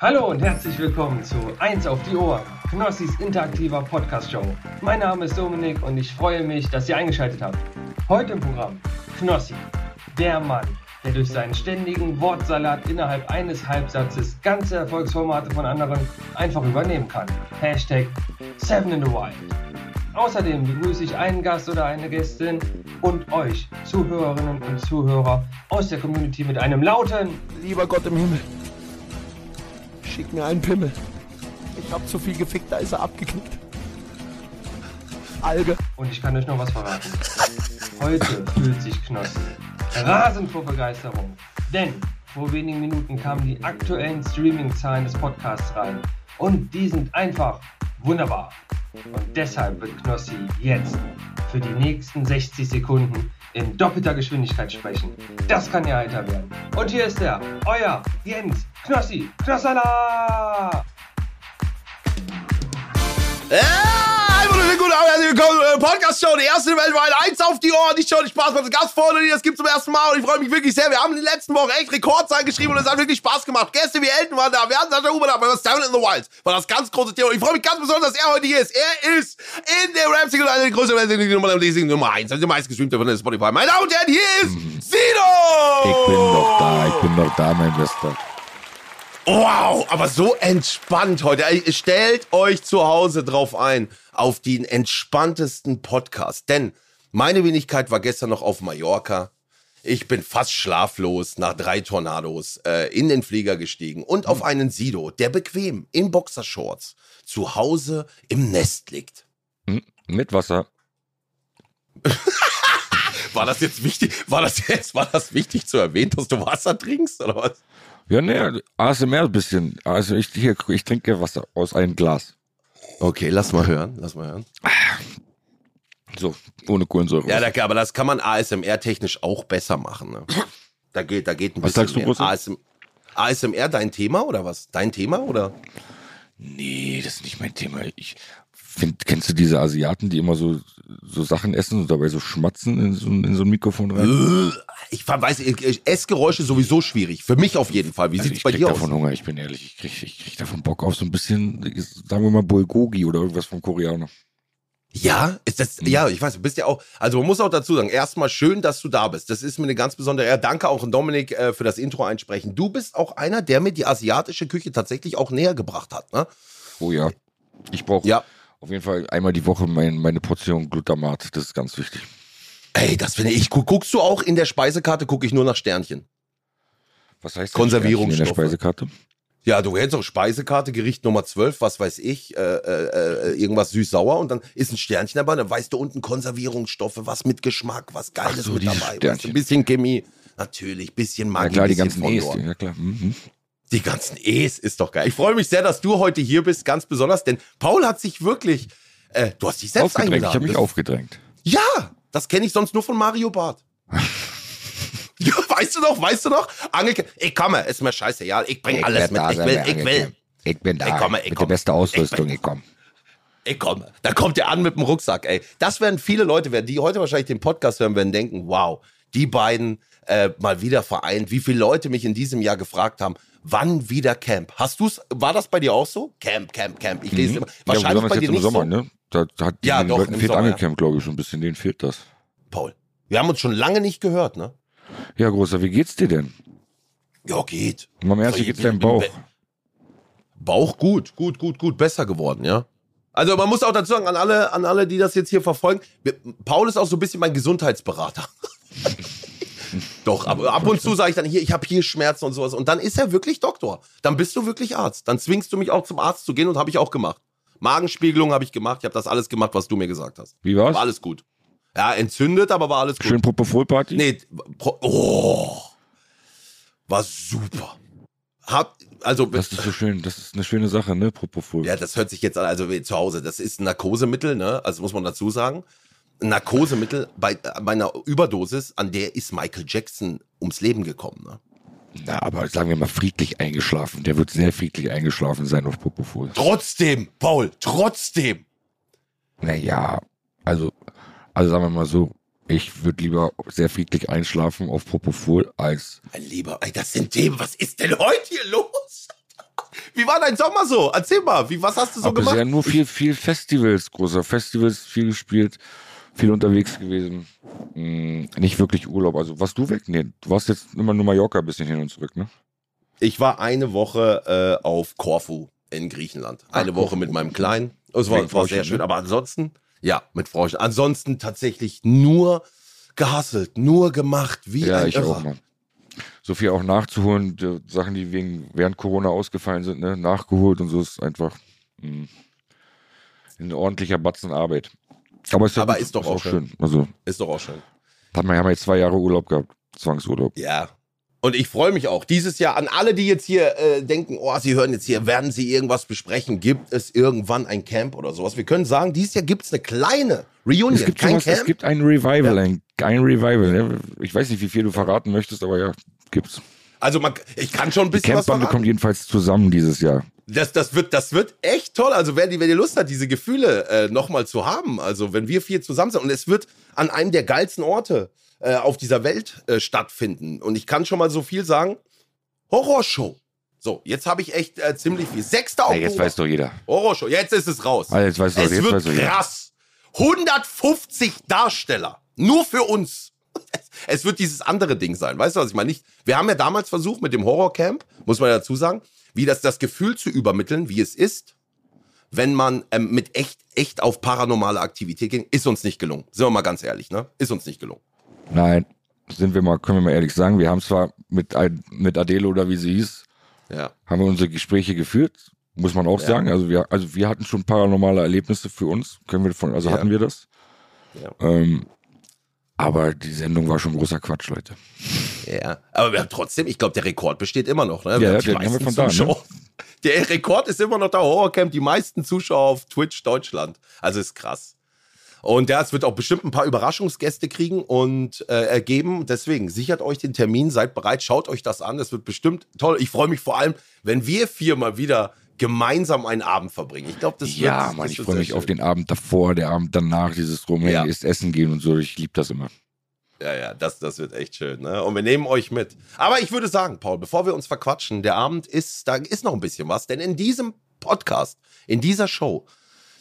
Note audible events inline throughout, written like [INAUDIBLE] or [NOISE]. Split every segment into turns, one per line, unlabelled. Hallo und herzlich willkommen zu Eins auf die Ohren, Knossis interaktiver Podcast-Show. Mein Name ist Dominik und ich freue mich, dass ihr eingeschaltet habt. Heute im Programm Knossi, der Mann, der durch seinen ständigen Wortsalat innerhalb eines Halbsatzes ganze Erfolgsformate von anderen einfach übernehmen kann. Hashtag Seven in the Wild. Außerdem begrüße ich einen Gast oder eine Gästin und euch, Zuhörerinnen und Zuhörer aus der Community mit einem lauten
Lieber Gott im Himmel, schick mir einen Pimmel. Ich hab zu viel gefickt, da ist er abgeknickt. Alge.
Und ich kann euch noch was verraten. Heute fühlt sich Knossi rasend vor Begeisterung. Denn vor wenigen Minuten kamen die aktuellen Streaming-Zahlen des Podcasts rein. Und die sind einfach wunderbar. Und deshalb wird Knossi jetzt für die nächsten 60 Sekunden in doppelter Geschwindigkeit sprechen. Das kann ja heiter werden. Und hier ist er, euer Jens Knossi Knossala!
Ja, einen wunderschönen guten Abend, herzlich willkommen zur Podcast-Show, die erste weltweit, eins auf die Ohren, ich schon, ich Spaß macht das Gast vorne, das gibt's zum ersten Mal und ich freue mich wirklich sehr, wir haben in den letzten Wochen echt Rekordzahlen geschrieben und es hat wirklich Spaß gemacht, Gäste wie Elton waren da, wir hatten Sascha Huber da, bei Seven in the Wild, war das ganz große Thema und ich freue mich ganz besonders, dass er heute hier ist, er ist in der Rap-Single, eine der größten Rap-Single, Nummer, Lesing Nummer 1, also die meistgestreamte von der Spotify, meine Damen und Herren, hier ist Sido!
Ich bin
Oh.
doch da, ich bin doch da, mein Bester.
Wow, aber so entspannt heute. Ey, Stellt euch zu Hause drauf ein, auf den entspanntesten Podcast. Denn meine Wenigkeit war gestern noch auf Mallorca. Ich bin fast schlaflos nach drei Tornados äh, in den Flieger gestiegen und auf einen Sido, der bequem in Boxershorts zu Hause im Nest liegt.
Mit Wasser.
War das jetzt wichtig? War das jetzt, war das wichtig zu erwähnen, dass du Wasser trinkst oder was?
Ja, ne, ASMR ein bisschen. Also ich, hier, ich trinke Wasser aus einem Glas.
Okay, lass mal hören, lass mal hören.
So, ohne Kohlensäure.
Ja, da, aber das kann man ASMR-technisch auch besser machen. Ne? Da geht, da geht ein
Was
bisschen
sagst du,
mehr.
Russe?
ASM, ASMR dein Thema oder was? Dein Thema oder?
nee, das ist nicht mein Thema. Ich find, kennst du diese Asiaten, die immer so, so Sachen essen und dabei so schmatzen in so, ein- in so ein Mikrofon rein?
Äh, Ich ver- weiß, ich- ich- Essgeräusche sowieso schwierig. Für mich auf jeden Fall. Wie
Also
sieht's
ich
bei
krieg
dir aus?
davon Hunger, ich bin ehrlich. Ich krieg, ich krieg davon Bock auf so ein bisschen, sagen wir mal, Bulgogi oder irgendwas vom Koreaner.
Ja, ist das,
Hm.
ja, ich weiß, du bist ja auch, also man muss auch dazu sagen, erstmal schön, dass du da bist. Das ist mir eine ganz besondere Ehre. Danke auch an Dominik äh, für das Intro einsprechen. Du bist auch einer, der mir die asiatische Küche tatsächlich auch näher gebracht hat, ne?
Oh ja. Ich brauche
Ja.
auf jeden Fall einmal die Woche mein, meine Portion Glutamat. Das ist ganz wichtig.
Ey, das finde ich cool. Guckst du auch in der Speisekarte, gucke ich nur nach Sternchen.
Was heißt denn
Konservierungsstoffe.
Sternchen in der Speisekarte?
Ja, du hättest auch Speisekarte, Gericht Nummer 12, was weiß ich, äh, äh, äh, irgendwas süß-sauer und dann ist ein Sternchen dabei, dann weißt du unten Konservierungsstoffe, was mit Geschmack, was Geiles
Ach so,
mit
dieses
dabei. Weißt du,
Sternchen.
ein bisschen Chemie, natürlich, bisschen Magie,
Ja klar, die
bisschen
ganzen E's.
Fondor.
Ja klar. Mhm.
Die ganzen E's ist doch geil. Ich freue mich sehr, dass du heute hier bist, ganz besonders, denn Paul hat sich wirklich, äh, du hast dich selbst
Aufgedrängt. Ich
eingeladen.
habe mich
Das-
aufgedrängt.
ja, das kenne ich sonst nur von
[LAUGHS]
Mario Barth. ja, weißt du noch, weißt du noch? Angel ich komme, ist mir scheißegal, ich bringe
werd
alles mit,
da
ich
sein,
will,
wer
ich will.
angekommen. Ich bin
Ich komme, ich komme. Ich
ich komme.
Ey, komm, da kommt er an mit dem Rucksack, ey. Das werden viele Leute, werden, die heute wahrscheinlich den Podcast hören, werden denken, wow, die beiden äh, mal wieder vereint. Wie viele Leute mich in diesem Jahr gefragt haben, wann wieder Camp? Hast du's, war das bei dir auch so? Camp, Camp, Camp. Ich lese immer,
Mhm. ja,
wahrscheinlich
besonders
bei
jetzt
dir
im
nicht
Sommer,
so,
ne? Da da hat
Ja,
den
doch,
Leuten
im
fehlt
Sommer, ja.
angekämpft, glaube ich, schon ein bisschen. Denen fehlt das.
Paul. Wir haben uns schon lange nicht gehört, ne?
Ja, Großer, wie geht's dir denn?
Ja, geht.
Mal im Ernst, wie
Ich-
geht's deinem
ich bin
Bauch?
be- Bauch gut, gut, gut, gut, besser geworden, ja. Also man muss auch dazu sagen, an alle, an alle, die das jetzt hier verfolgen, wir, Paul ist auch so ein bisschen mein Gesundheitsberater. [LAUGHS] Doch, ab, ab und zu sage ich dann hier, ich habe hier Schmerzen und sowas. Und dann ist er wirklich Doktor. Dann bist du wirklich Arzt. Dann zwingst du mich auch zum Arzt zu gehen und habe ich auch gemacht. Magenspiegelung habe ich gemacht. Ich habe das alles gemacht, was du mir gesagt hast.
Wie war's?
War alles gut. Ja, entzündet, aber war alles gut.
Schön Propofol-Party?
Nee, pro- oh, war super. Hab, also,
Das ist so schön. Das ist eine schöne Sache, ne? Propofol.
ja, das hört sich jetzt an, also wie zu Hause, das ist ein Narkosemittel, ne? Also muss man dazu sagen. Ein Narkosemittel bei, bei einer Überdosis, an der ist Michael Jackson ums Leben gekommen, ne?
Na, aber sagen wir mal friedlich eingeschlafen. Der wird sehr friedlich eingeschlafen sein auf Propofol.
Trotzdem, Paul, trotzdem.
Naja, also, also sagen wir mal so, ich würde lieber sehr friedlich einschlafen auf Propofol als
Mein Lieber, ey, das sind Themen, was ist denn heute hier los? Wie war dein Sommer so? Erzähl mal, wie, was hast du so
Aber
gemacht?
bisher nur viel, viel Festivals, großer Festivals, viel gespielt, viel unterwegs gewesen. Hm, nicht wirklich Urlaub. Also warst du weg? Nee, du warst jetzt immer nur Mallorca ein bisschen hin und zurück, ne?
Ich war eine Woche äh, auf Korfu in Griechenland. Eine
Ach,
Woche mit meinem Kleinen. Oh, Es war,
Wegen
war Ah, sehr
Frauchen,
schön.
ne?
Aber ansonsten, ja, mit Frauchen. Ansonsten tatsächlich nur gehasselt, nur gemacht, wie
ja,
ein
ich
Irrer.
auch mal. So viel auch nachzuholen, die Sachen, die wegen während Corona ausgefallen sind, ne? nachgeholt und so ist einfach hm, ein ordentlicher Batzen Arbeit. Aber ist, ja
Aber
gut,
ist doch auch schön.
Also
Ist doch auch schön.
hat man ja mal jetzt zwei Jahre Urlaub gehabt, Zwangsurlaub.
Ja. Und ich freue mich auch dieses Jahr an alle, die jetzt hier äh, denken, oh, sie hören jetzt hier, werden sie irgendwas besprechen? Gibt es irgendwann ein Camp oder sowas? Wir können sagen, dieses Jahr gibt es eine kleine Reunion,
Es gibt,
kein
sowas,
Camp.
es gibt ein Revival, ein, ein Revival. Ne? Ich weiß nicht, wie viel du verraten möchtest, aber ja, gibt's.
also man, ich kann schon ein
Die
bisschen was
Campbande
verraten.
kommt jedenfalls zusammen dieses Jahr.
Das, das, wird, das wird echt toll. Also, wer, die- wer die Lust hat, diese Gefühle äh, nochmal zu haben, also wenn wir vier zusammen sind, und es wird an einem der geilsten Orte äh, auf dieser Welt äh, stattfinden. Und ich kann schon mal so viel sagen: Horrorshow. So, jetzt habe ich echt äh, ziemlich viel. 6. Oktober.
Ja, jetzt weiß doch jeder.
Horrorshow, jetzt ist es raus.
Ah, jetzt weiß doch,
es
jetzt
wird
weiß doch jeder.
krass. 150 Darsteller. Nur für uns. [LAUGHS] Es wird dieses andere Ding sein. Weißt du, was ich meine? Nicht, wir haben ja damals versucht mit dem Horrorcamp, muss man dazu sagen, wie das, das Gefühl zu übermitteln, wie es ist, wenn man ähm, mit echt, echt auf paranormale Aktivität geht. Ist uns nicht gelungen. Sind wir mal ganz ehrlich, ne? Ist uns nicht gelungen.
Nein, sind wir mal, können wir mal ehrlich sagen, wir haben zwar mit, Ad- mit Adele oder wie sie hieß,
Ja.
haben wir unsere Gespräche geführt, muss man auch
Ja.
sagen. Also wir, also wir hatten schon paranormale Erlebnisse für uns, können wir von, also
Ja.
hatten wir das.
Ja.
Ähm, aber die Sendung war schon großer Quatsch, Leute.
Ja, aber wir haben trotzdem, ich glaube, der Rekord besteht immer noch. Ne?
Ja,
haben
den haben wir von da, ne?
Zuschauer. [LAUGHS] Der Rekord ist immer noch da. Horrorcamp, die meisten Zuschauer auf Twitch Deutschland. Also ist krass. Und ja, es wird auch bestimmt ein paar Überraschungsgäste kriegen und äh, ergeben. Deswegen sichert euch den Termin, seid bereit, schaut euch das an. Das wird bestimmt toll. Ich freue mich vor allem, wenn wir vier mal wieder gemeinsam einen Abend verbringen. Ich glaube, das wird.
ja,
das
Mann, ich
wird
freue
sehr
mich auf
schön.
den Abend davor, der Abend danach, dieses
Ja.
Rumhängen, ist Essen gehen und so. Ich liebe das immer.
Ja, ja, das, das wird echt schön. Ne? Und wir nehmen euch mit. Aber ich würde sagen, Paul, bevor wir uns verquatschen, der Abend ist, da ist noch ein bisschen was. Denn in diesem Podcast, in dieser Show,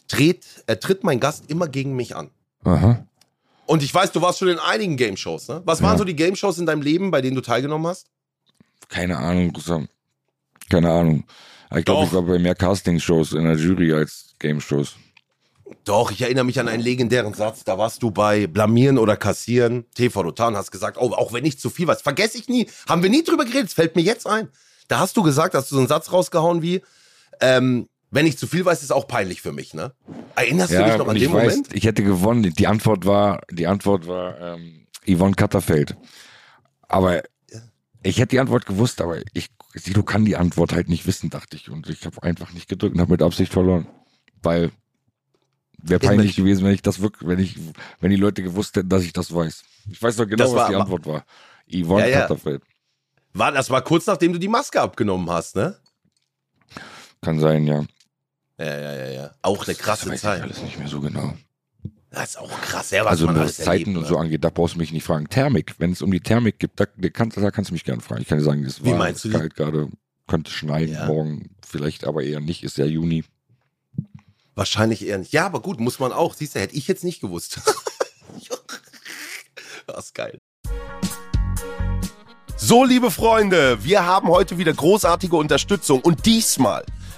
tritt, äh, tritt mein Gast immer gegen mich an.
Aha.
Und ich weiß, du warst schon in einigen Game-Shows. Ne? Was waren
Ja.
so die Game-Shows in deinem Leben, bei denen du teilgenommen hast?
Keine Ahnung, Russam. Keine Ahnung. Ich glaube,
Doch.
ich war bei mehr Casting-Shows in der Jury als Game-Shows.
Doch, ich erinnere mich an einen legendären Satz. Da warst du bei Blamieren oder Kassieren, TV Total, und hast gesagt, oh, auch wenn ich zu viel weiß, vergesse ich nie. Haben wir nie drüber geredet, es fällt mir jetzt ein. Da hast du gesagt, hast du so einen Satz rausgehauen wie, ähm, wenn ich zu viel weiß, ist auch peinlich für mich, ne? Erinnerst du dich noch
und
an
ich
den
weiß,
Moment?
ich hätte gewonnen. Die- Die Antwort war, die Antwort war ähm, Yvonne Katterfeld. Aber ich hätte die Antwort gewusst, aber ich, Sido kann die Antwort halt nicht wissen, dachte ich. Und ich habe einfach nicht gedrückt und habe mit Absicht verloren. Weil wäre
Ist
peinlich gewesen, wenn ich das wirklich, wenn ich, wenn die Leute gewusst hätten, dass ich das weiß. Ich weiß noch genau,
Das
was
war
die
aber-
Antwort war. Yvonne
Ja, ja.
Katterfeld.
War, das war kurz nachdem du die Maske abgenommen hast, ne?
Kann sein, ja.
Ja, ja, ja, ja. Auch eine
das
krasse
weiß Ich
Zeit.
alles nicht mehr so genau.
Das ist auch krass, ja, was
Also
man
nur
alles
Zeiten
erlebt,
und
ne?
so angeht, da brauchst du mich nicht fragen. Thermik, wenn es um die Thermik geht, da, da, kannst, da kannst du mich gerne fragen. Ich kann dir sagen, das
Wie
war
meinst du die?
kalt gerade, könnte schneien
Ja.
morgen, vielleicht aber eher nicht, ist ja Juni.
Wahrscheinlich eher nicht. Ja, aber gut, muss man auch. Siehst du, hätte ich jetzt nicht gewusst. [LAUGHS] das ist geil. So, liebe Freunde, wir haben heute wieder großartige Unterstützung und diesmal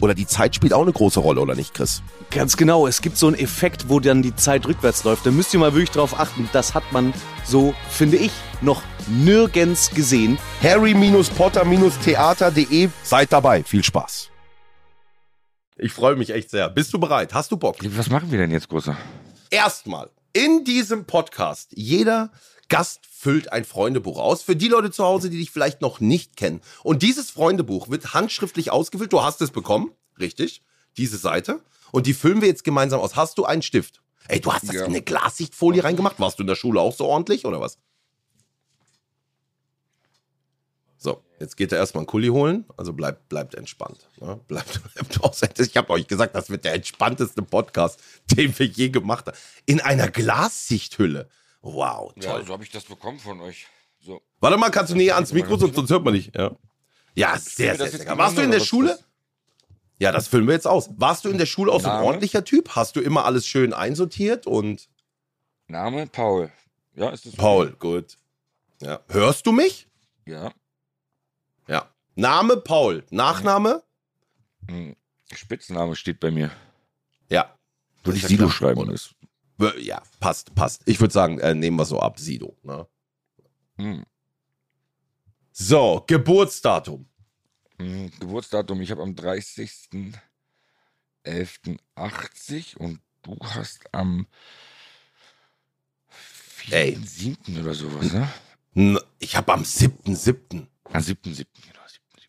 oder die Zeit spielt auch eine große Rolle, oder nicht, Chris?
Ganz genau, es gibt so einen Effekt, wo dann die Zeit rückwärts läuft. Da müsst ihr mal wirklich drauf achten. Das hat man, so finde ich, noch nirgends gesehen.
harry-potter-theater.de, seid dabei, viel Spaß. Ich freue mich echt sehr. Bist du bereit? Hast du Bock?
Was machen wir denn jetzt, Großer?
erstmal in diesem Podcast jeder Gast füllt ein Freundebuch aus. Für die Leute zu Hause, die dich vielleicht noch nicht kennen. Und dieses Freundebuch wird handschriftlich ausgefüllt. Du hast es bekommen, richtig? Diese Seite. Und die füllen wir jetzt gemeinsam aus. Hast du einen Stift? Ey, du hast das
Ja.
in eine Glassichtfolie reingemacht. Warst du in der Schule auch so ordentlich oder was? So, jetzt geht er erstmal einen Kuli holen. Also bleibt, bleibt entspannt. Ne? Bleibt, [LAUGHS] bleibt aus. Ich habe euch gesagt, das wird der entspannteste Podcast, [LAUGHS] den wir je gemacht haben. In einer Glassichthülle. Wow, toll.
so habe ich das bekommen von euch. So.
Warte mal, kannst du näher ans Mikro, sonst, sonst hört man dich. Ja,
mir
ja sehr, sehr,
das jetzt
sehr.
nicht
Warst du in
an,
der
oder was
Schule?
das-
Ja, das füllen wir jetzt aus. Warst du in der Schule auch so ein
Name?
ordentlicher Typ? Hast du immer alles schön einsortiert und
Name Paul. Ja, ist das so?
Paul, gut. Ja. Hörst du mich?
Ja.
Ja. Name Paul, Nachname?
Hm. Spitzname steht bei mir.
Ja.
Würde ich
Ist ja
Sido
klar,
schreiben.
oder?
ist-
W- Ja, passt, passt. Ich würde sagen, äh, nehmen wir so ab, Sido. Ne?
Hm.
So, Geburtsdatum.
Hm. Geburtsdatum, ich habe am 30.11.80 und du hast am
Ey.
4.7. oder sowas, ne?
N- Ich habe am 7.7.
Am 7.7. genau, 7.7..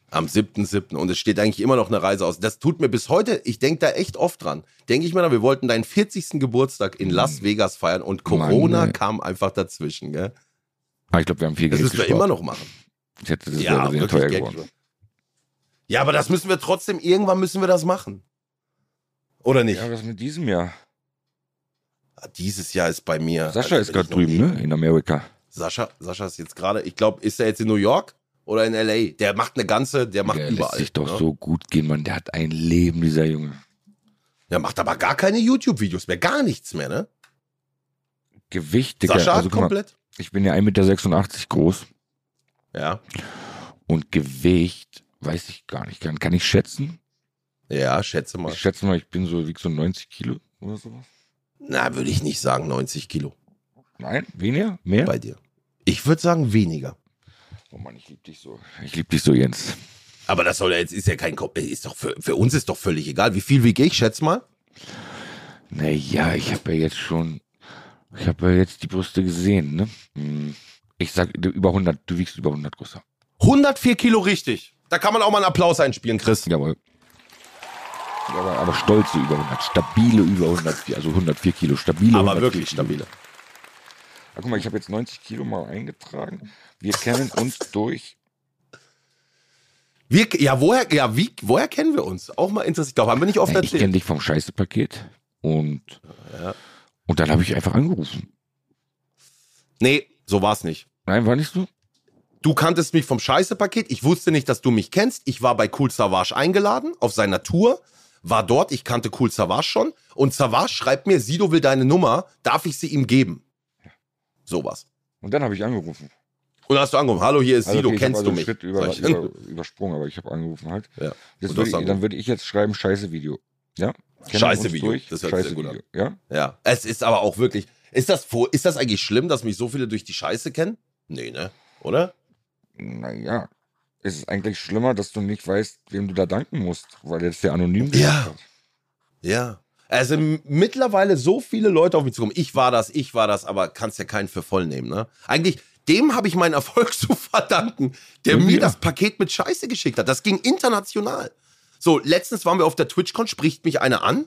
Am 7.7. Und es steht eigentlich immer noch eine Reise aus. Das tut mir bis heute, ich denke da echt oft dran. Denke ich mir, dann, wir wollten deinen 40. Geburtstag in Las Vegas feiern und Corona
Hm. Mann, ey.
kam einfach dazwischen. Gell?
Ah, ich glaube, wir haben viel
Das
Geld
müssen wir
gespart.
immer noch machen.
Ich hätte das
Ja,
ja, sehr
wirklich
teuer
Geld
geworden.
Ja, aber das müssen wir trotzdem, irgendwann müssen wir das machen. Oder nicht?
Ja, was mit diesem Jahr?
Ah, Dieses Jahr ist bei mir.
Sascha
also
ist
bin
gerade
ich noch
drüben,
nie-
ne? In Amerika.
Sascha, Sascha ist jetzt gerade, ich glaube, ist er jetzt in New York oder in L.A.? Der macht eine ganze, der macht
der
überall.
lässt sich doch
ne?
so gut gehen, Mann. Der hat ein Leben, dieser Junge.
Der macht aber gar keine YouTube-Videos mehr, gar nichts mehr, ne?
Gewicht, Digga.
Sascha
also,
hat
guck mal,
komplett.
ich bin ja 1,86 Meter groß
Ja.
und Gewicht weiß ich gar nicht. Kann, kann ich schätzen?
Ja, schätze mal.
Ich schätze mal, ich bin so, wieg so 90 Kilo oder sowas.
Na, würde ich nicht sagen 90 Kilo
Nein, weniger? Mehr?
bei dir. Ich würde sagen weniger.
Oh Mann, ich liebe dich so. Ich liebe dich so, Jens.
Aber das soll ja jetzt, ist ja kein, Kom- ist doch für, für uns ist doch völlig egal. Wie viel wiege ich, schätze mal?
Naja, ich habe ja jetzt schon, ich habe ja jetzt die Brüste gesehen, ne? Hm. Ich sag über 100, du wiegst über 100 großer.
104 Kilo richtig. Da kann man auch mal einen Applaus einspielen, Chris.
Jawohl. Aber, aber stolze über 100, stabile über 104, also 104 Kilo, stabile
Aber
104
wirklich
Kilo.
stabile.
Ah, guck mal, ich habe jetzt 90 Kilo mal eingetragen. Wir kennen uns durch.
Wir, ja, woher, ja, wie, woher kennen wir uns? Auch mal interessant. Ich glaube, haben wir nicht oft
Nein, ich kenne
erzählt.
dich vom Scheiße-Paket und, und dann habe ich einfach angerufen.
Nee, so war's nicht.
Nein, war nicht so?
Du kanntest mich vom Scheiße-Paket. Ich wusste nicht, dass du mich kennst. Ich war bei Cool Savage eingeladen auf seiner Tour, war dort. Ich kannte Cool Savage schon. Und Savage schreibt mir, Sido will deine Nummer. Darf ich sie ihm geben? Sowas.
Und dann habe ich angerufen.
Und dann hast du angerufen, hallo, hier ist
Also,
Sido,
okay, ich hab
kennst
also
du
einen
mich?
Schritt über,
Sag ich, "Hm,
über, übersprungen, aber ich habe angerufen halt.
ja.
Jetzt
Und
würde
das
ich,
sagen
dann
wir.
würde ich jetzt schreiben, scheiße Video. Ja? Kennen
Scheiße
uns
Video, das hört sich sehr
scheiße
gut an.
Video. Ja?
ja. Es ist aber auch wirklich, ist das, vor- ist das eigentlich schlimm, dass mich so viele durch die Scheiße kennen? Nee, ne? Oder?
Naja. Es ist eigentlich schlimmer, dass du nicht weißt, wem du da danken musst, weil jetzt der anonym
Ja.
gemacht hat.
Ja. Also m- mittlerweile so viele Leute auf mich zukommen. Ich war das, ich war das, aber kannst ja keinen für voll nehmen, ne? Eigentlich, dem habe ich meinen [LAUGHS] Erfolg zu verdanken, der
Ja.
mir das Paket mit Scheiße geschickt hat. Das ging international. So, letztens waren wir auf der TwitchCon, spricht mich einer an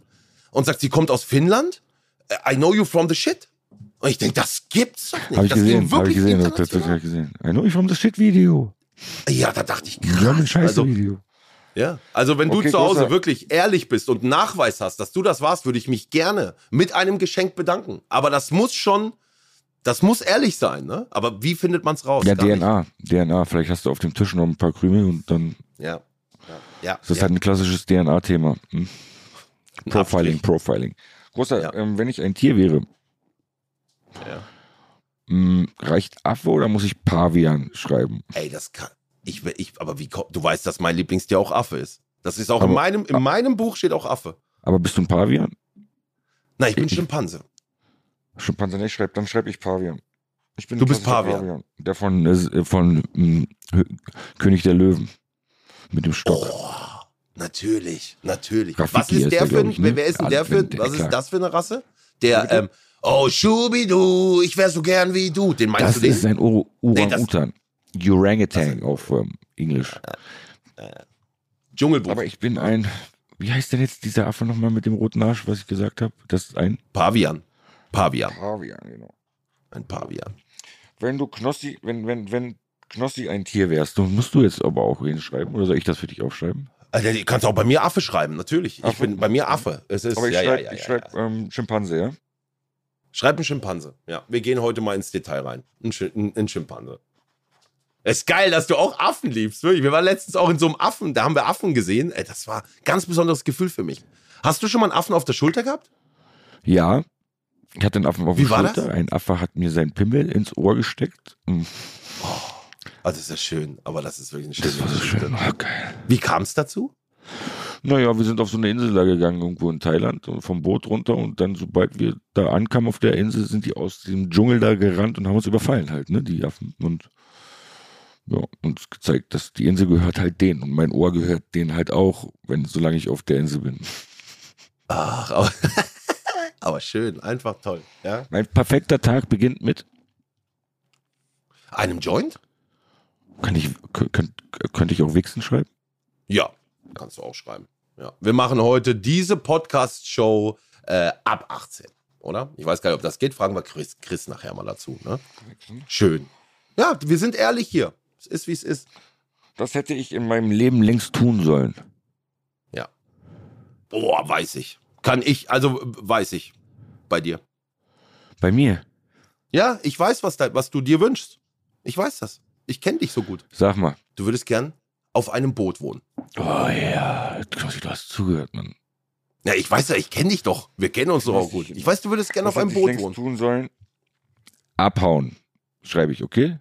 und sagt, sie kommt aus Finnland. Äh, I know you from the shit. Und ich denke, das gibt's doch nicht.
Habe ich
das
gesehen,
ging
habe ich
wirklich
gesehen, das, das, das hab
international.
ich gesehen. I know ich from the shit Video.
Ja, da dachte ich,
Wir haben ein
krass.
scheiß
Also,
Video.
ja. also wenn
Okay,
du zu Hause
großer-
wirklich ehrlich bist und einen Nachweis hast, dass du das warst, würde ich mich gerne mit einem Geschenk bedanken. Aber das muss schon, das muss ehrlich sein, ne? Aber wie findet man's raus?
Ja,
Gar nicht.
DNA. DNA. Vielleicht hast du auf dem Tisch noch ein paar Krümel und dann
Ja. Ja.
Das ist
ja.
halt ein klassisches DNA-Thema. Hm?
Ein
Profiling,
Abstrich.
Profiling. Großer,
Ja.
ähm, wenn ich ein Tier wäre,
Ja.
mh, reicht Affe oder muss ich Pavian schreiben?
Ey, das kann. Ich, ich, aber wie kommt. Du weißt, dass mein Lieblingstier auch Affe ist. Das ist auch in
Aber-
meinem, in meinem Buch steht auch Affe.
Aber bist du ein Pavian?
Nein, ich bin
Ich-
Schimpanse.
Schimpanse nicht schreibt, dann schreibe ich Pavian. Ich bin
Du
ein
bist
klassischer
Pavian.
Der von, äh, von mh, Hö- König der Löwen. Mit dem Stock.
Oh, natürlich, natürlich.
Rafiki
was ist
heißt
der,
der,
für
glaub
ein,
ich, ne?
wer ist denn
Ja,
der für,
wenn-
was
klar.
ist das für eine Rasse? Der, ähm, oh, Schubidu, ich wär so gern wie du. Den meinst
das
du also den?
ist ein Ur-
Nee, das- Also-
Orang-Utan. Orangutan auf ähm, Englisch.
Dschungelbuch.
Aber ich bin ein. Wie heißt denn jetzt dieser Affe nochmal mit dem roten Arsch, was ich gesagt habe? Das ist ein
Pavian. Pavian.
Pavian, genau.
Ein Pavian.
wenn du Knossi, wenn, wenn, wenn Knossi ein Tier wärst, dann musst du jetzt aber auch hinschreiben oder soll ich das für dich aufschreiben?
Also, du kannst auch bei mir Affe schreiben, natürlich. Ich
Affe.
bin bei mir Affe. Es ist,
Aber ich
ja, ja,
schreibe
ja, ja, ja.
schreib, ähm, Schimpanse, ja?
Schreib einen Schimpanse. Ja, wir gehen heute mal ins Detail rein. Ein, Schi ein, ein Schimpanse. Ist geil, dass du auch Affen liebst. Wirklich. Wir waren letztens auch in so einem Affen, da haben wir Affen gesehen. Ey, das war ein ganz besonderes Gefühl für mich. Hast du schon mal einen Affen auf der Schulter gehabt?
Ja. Ich hatte einen Affen auf
Wie
der
war
Schulter.
das?
Ein Affe hat mir seinen Pimmel ins Ohr gesteckt. Und
Ah, das ist ja schön, aber das ist wirklich ein
Das war so schön. Oh, geil.
Wie kam es dazu?
Naja, wir sind auf so eine Insel da gegangen, irgendwo in Thailand, und vom Boot runter. Und dann, sobald wir da ankamen auf der Insel, sind die aus dem Dschungel da gerannt und haben uns überfallen halt, ne, die Affen. Und ja, uns gezeigt, dass die Insel gehört halt denen. Und mein Ohr gehört denen halt auch, wenn, solange ich auf der Insel bin.
Ach, aber, [LAUGHS] aber schön, einfach toll. Ja?
Mein perfekter Tag beginnt mit.
Einem Joint?
Kann ich, kö- könnt, könnte ich auch Wichsen schreiben?
Ja, kannst du auch schreiben. Ja. Wir machen heute diese Podcast-Show äh, ab 18, oder? Ich weiß gar nicht, ob das geht. Fragen wir Chris, Chris nachher mal dazu. Ne? Schön. Ja, wir sind ehrlich hier. Es ist, wie es ist.
Das hätte ich in meinem Leben längst tun sollen.
Boah, weiß ich. Kann ich, also äh, weiß ich bei dir.
Bei mir.
Ja, ich weiß, was, da, was du dir wünschst. Ich weiß das. Ich kenne dich so gut.
Sag mal.
Du würdest gern auf einem Boot wohnen.
Oh ja, Knossi, du hast zugehört, Mann.
Ja, ich weiß ja, ich kenne dich doch. Wir kennen uns doch auch gut. Ich weiß, du würdest gern
Was
auf einem
hätte ich
Boot
längst
wohnen.
tun sollen? Abhauen. Schreibe ich, okay?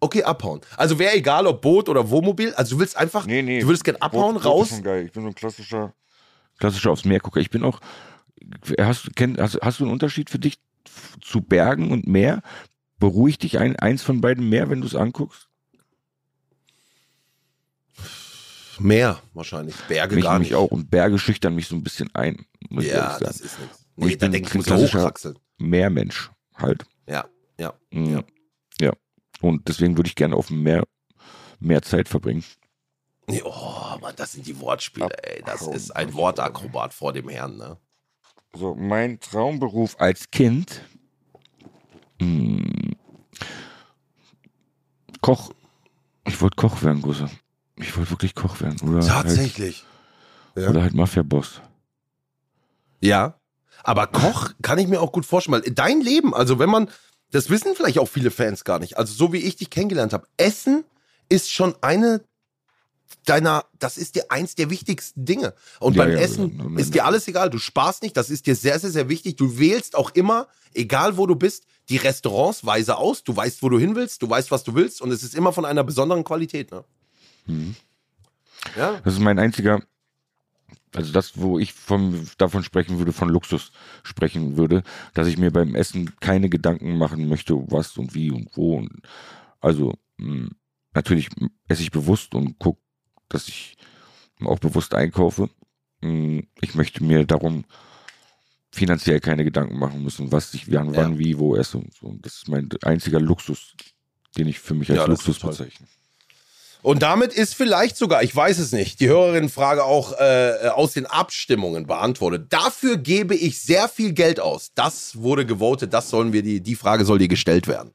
Okay, abhauen. Also wäre egal, ob Boot oder Wohnmobil. Also du willst einfach,
Nee, nee.
du würdest gern abhauen,
Boot- Boot
raus.
Ist schon geil. Ich bin so ein klassischer, klassischer aufs Meer gucker. Ich bin auch. Hast, du- kenn, hast, hast du einen Unterschied für dich f- zu Bergen und Meer? Beruhigt dich ein, eins von beiden mehr, wenn du es anguckst?
Meer wahrscheinlich. Berge
mich
gar
nämlich
nicht.
auch. Und Berge schüchtern mich so ein bisschen ein. Muss ich
Ja,
ehrlich
das
sagen.
ist nichts.
Und
Nee,
ich
da
bin-
denke ich,
bin
muss ja
klassischer-
hochkraxeln.
Meermensch halt.
Ja, ja,
Mhm.
Ja.
Ja. Und deswegen würde ich gerne auf dem Meer mehr Zeit verbringen.
Nee, oh, Mann, das sind die Wortspiele, ey. Das
Abhauen.
ist ein Wortakrobat vor dem Herrn, ne?
So, mein Traumberuf als Kind. Hm. Koch. Ich wollte Koch werden, Gusse. Ich wollte wirklich Koch werden. Oder Halt,
Tatsächlich. ja.
Oder halt Mafia-Boss.
Ja. Aber Koch kann ich mir auch gut vorstellen. Weil dein Leben, also wenn man, das wissen vielleicht auch viele Fans gar nicht. Also so wie ich dich kennengelernt habe, Essen ist schon eine deiner, das ist dir eins der wichtigsten Dinge. Und
Ja,
beim
ja,
Essen
ja, ja,
ist
ja.
dir alles egal. Du sparst nicht, das ist dir sehr, sehr, sehr wichtig. Du wählst auch immer, egal wo du bist, die Restaurants weise aus. Du weißt, wo du hin willst, du weißt, was du willst und es ist immer von einer besonderen Qualität. Ne?
Mhm.
Ja.
Das ist mein einziger, also das, wo ich vom, davon sprechen würde, von Luxus sprechen würde, dass ich mir beim Essen keine Gedanken machen möchte, was und wie und wo. Und, also mh, natürlich mh, esse ich bewusst und gucke, dass ich auch bewusst einkaufe. Mh, ich möchte mir darum finanziell keine Gedanken machen müssen, was ich wann,
Ja.
wann wie, wo esse. Und so. Und das ist mein einziger Luxus, den ich für mich als
Ja, das ist
Luxus
toll.
bezeichne.
Und damit ist vielleicht sogar, ich weiß es nicht, die Hörerinnenfrage auch äh, aus den Abstimmungen beantwortet. Dafür gebe ich sehr viel Geld aus. Das wurde gewotet, das sollen wir die, die Frage soll dir gestellt werden.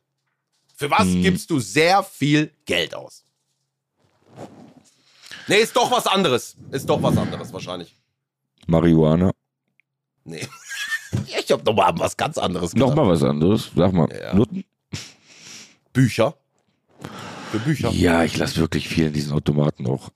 Für was gibst du sehr viel Geld aus? Nee, ist doch was anderes. Ist doch was anderes wahrscheinlich.
Marihuana.
Nee. [LAUGHS] ich hab nochmal was ganz anderes gedacht.
Nochmal was anderes. Sag mal,
Genau. Ja.
Nutten?
Bücher. Für Bücher.
Ja, ich lasse wirklich viel in diesen Automaten auch.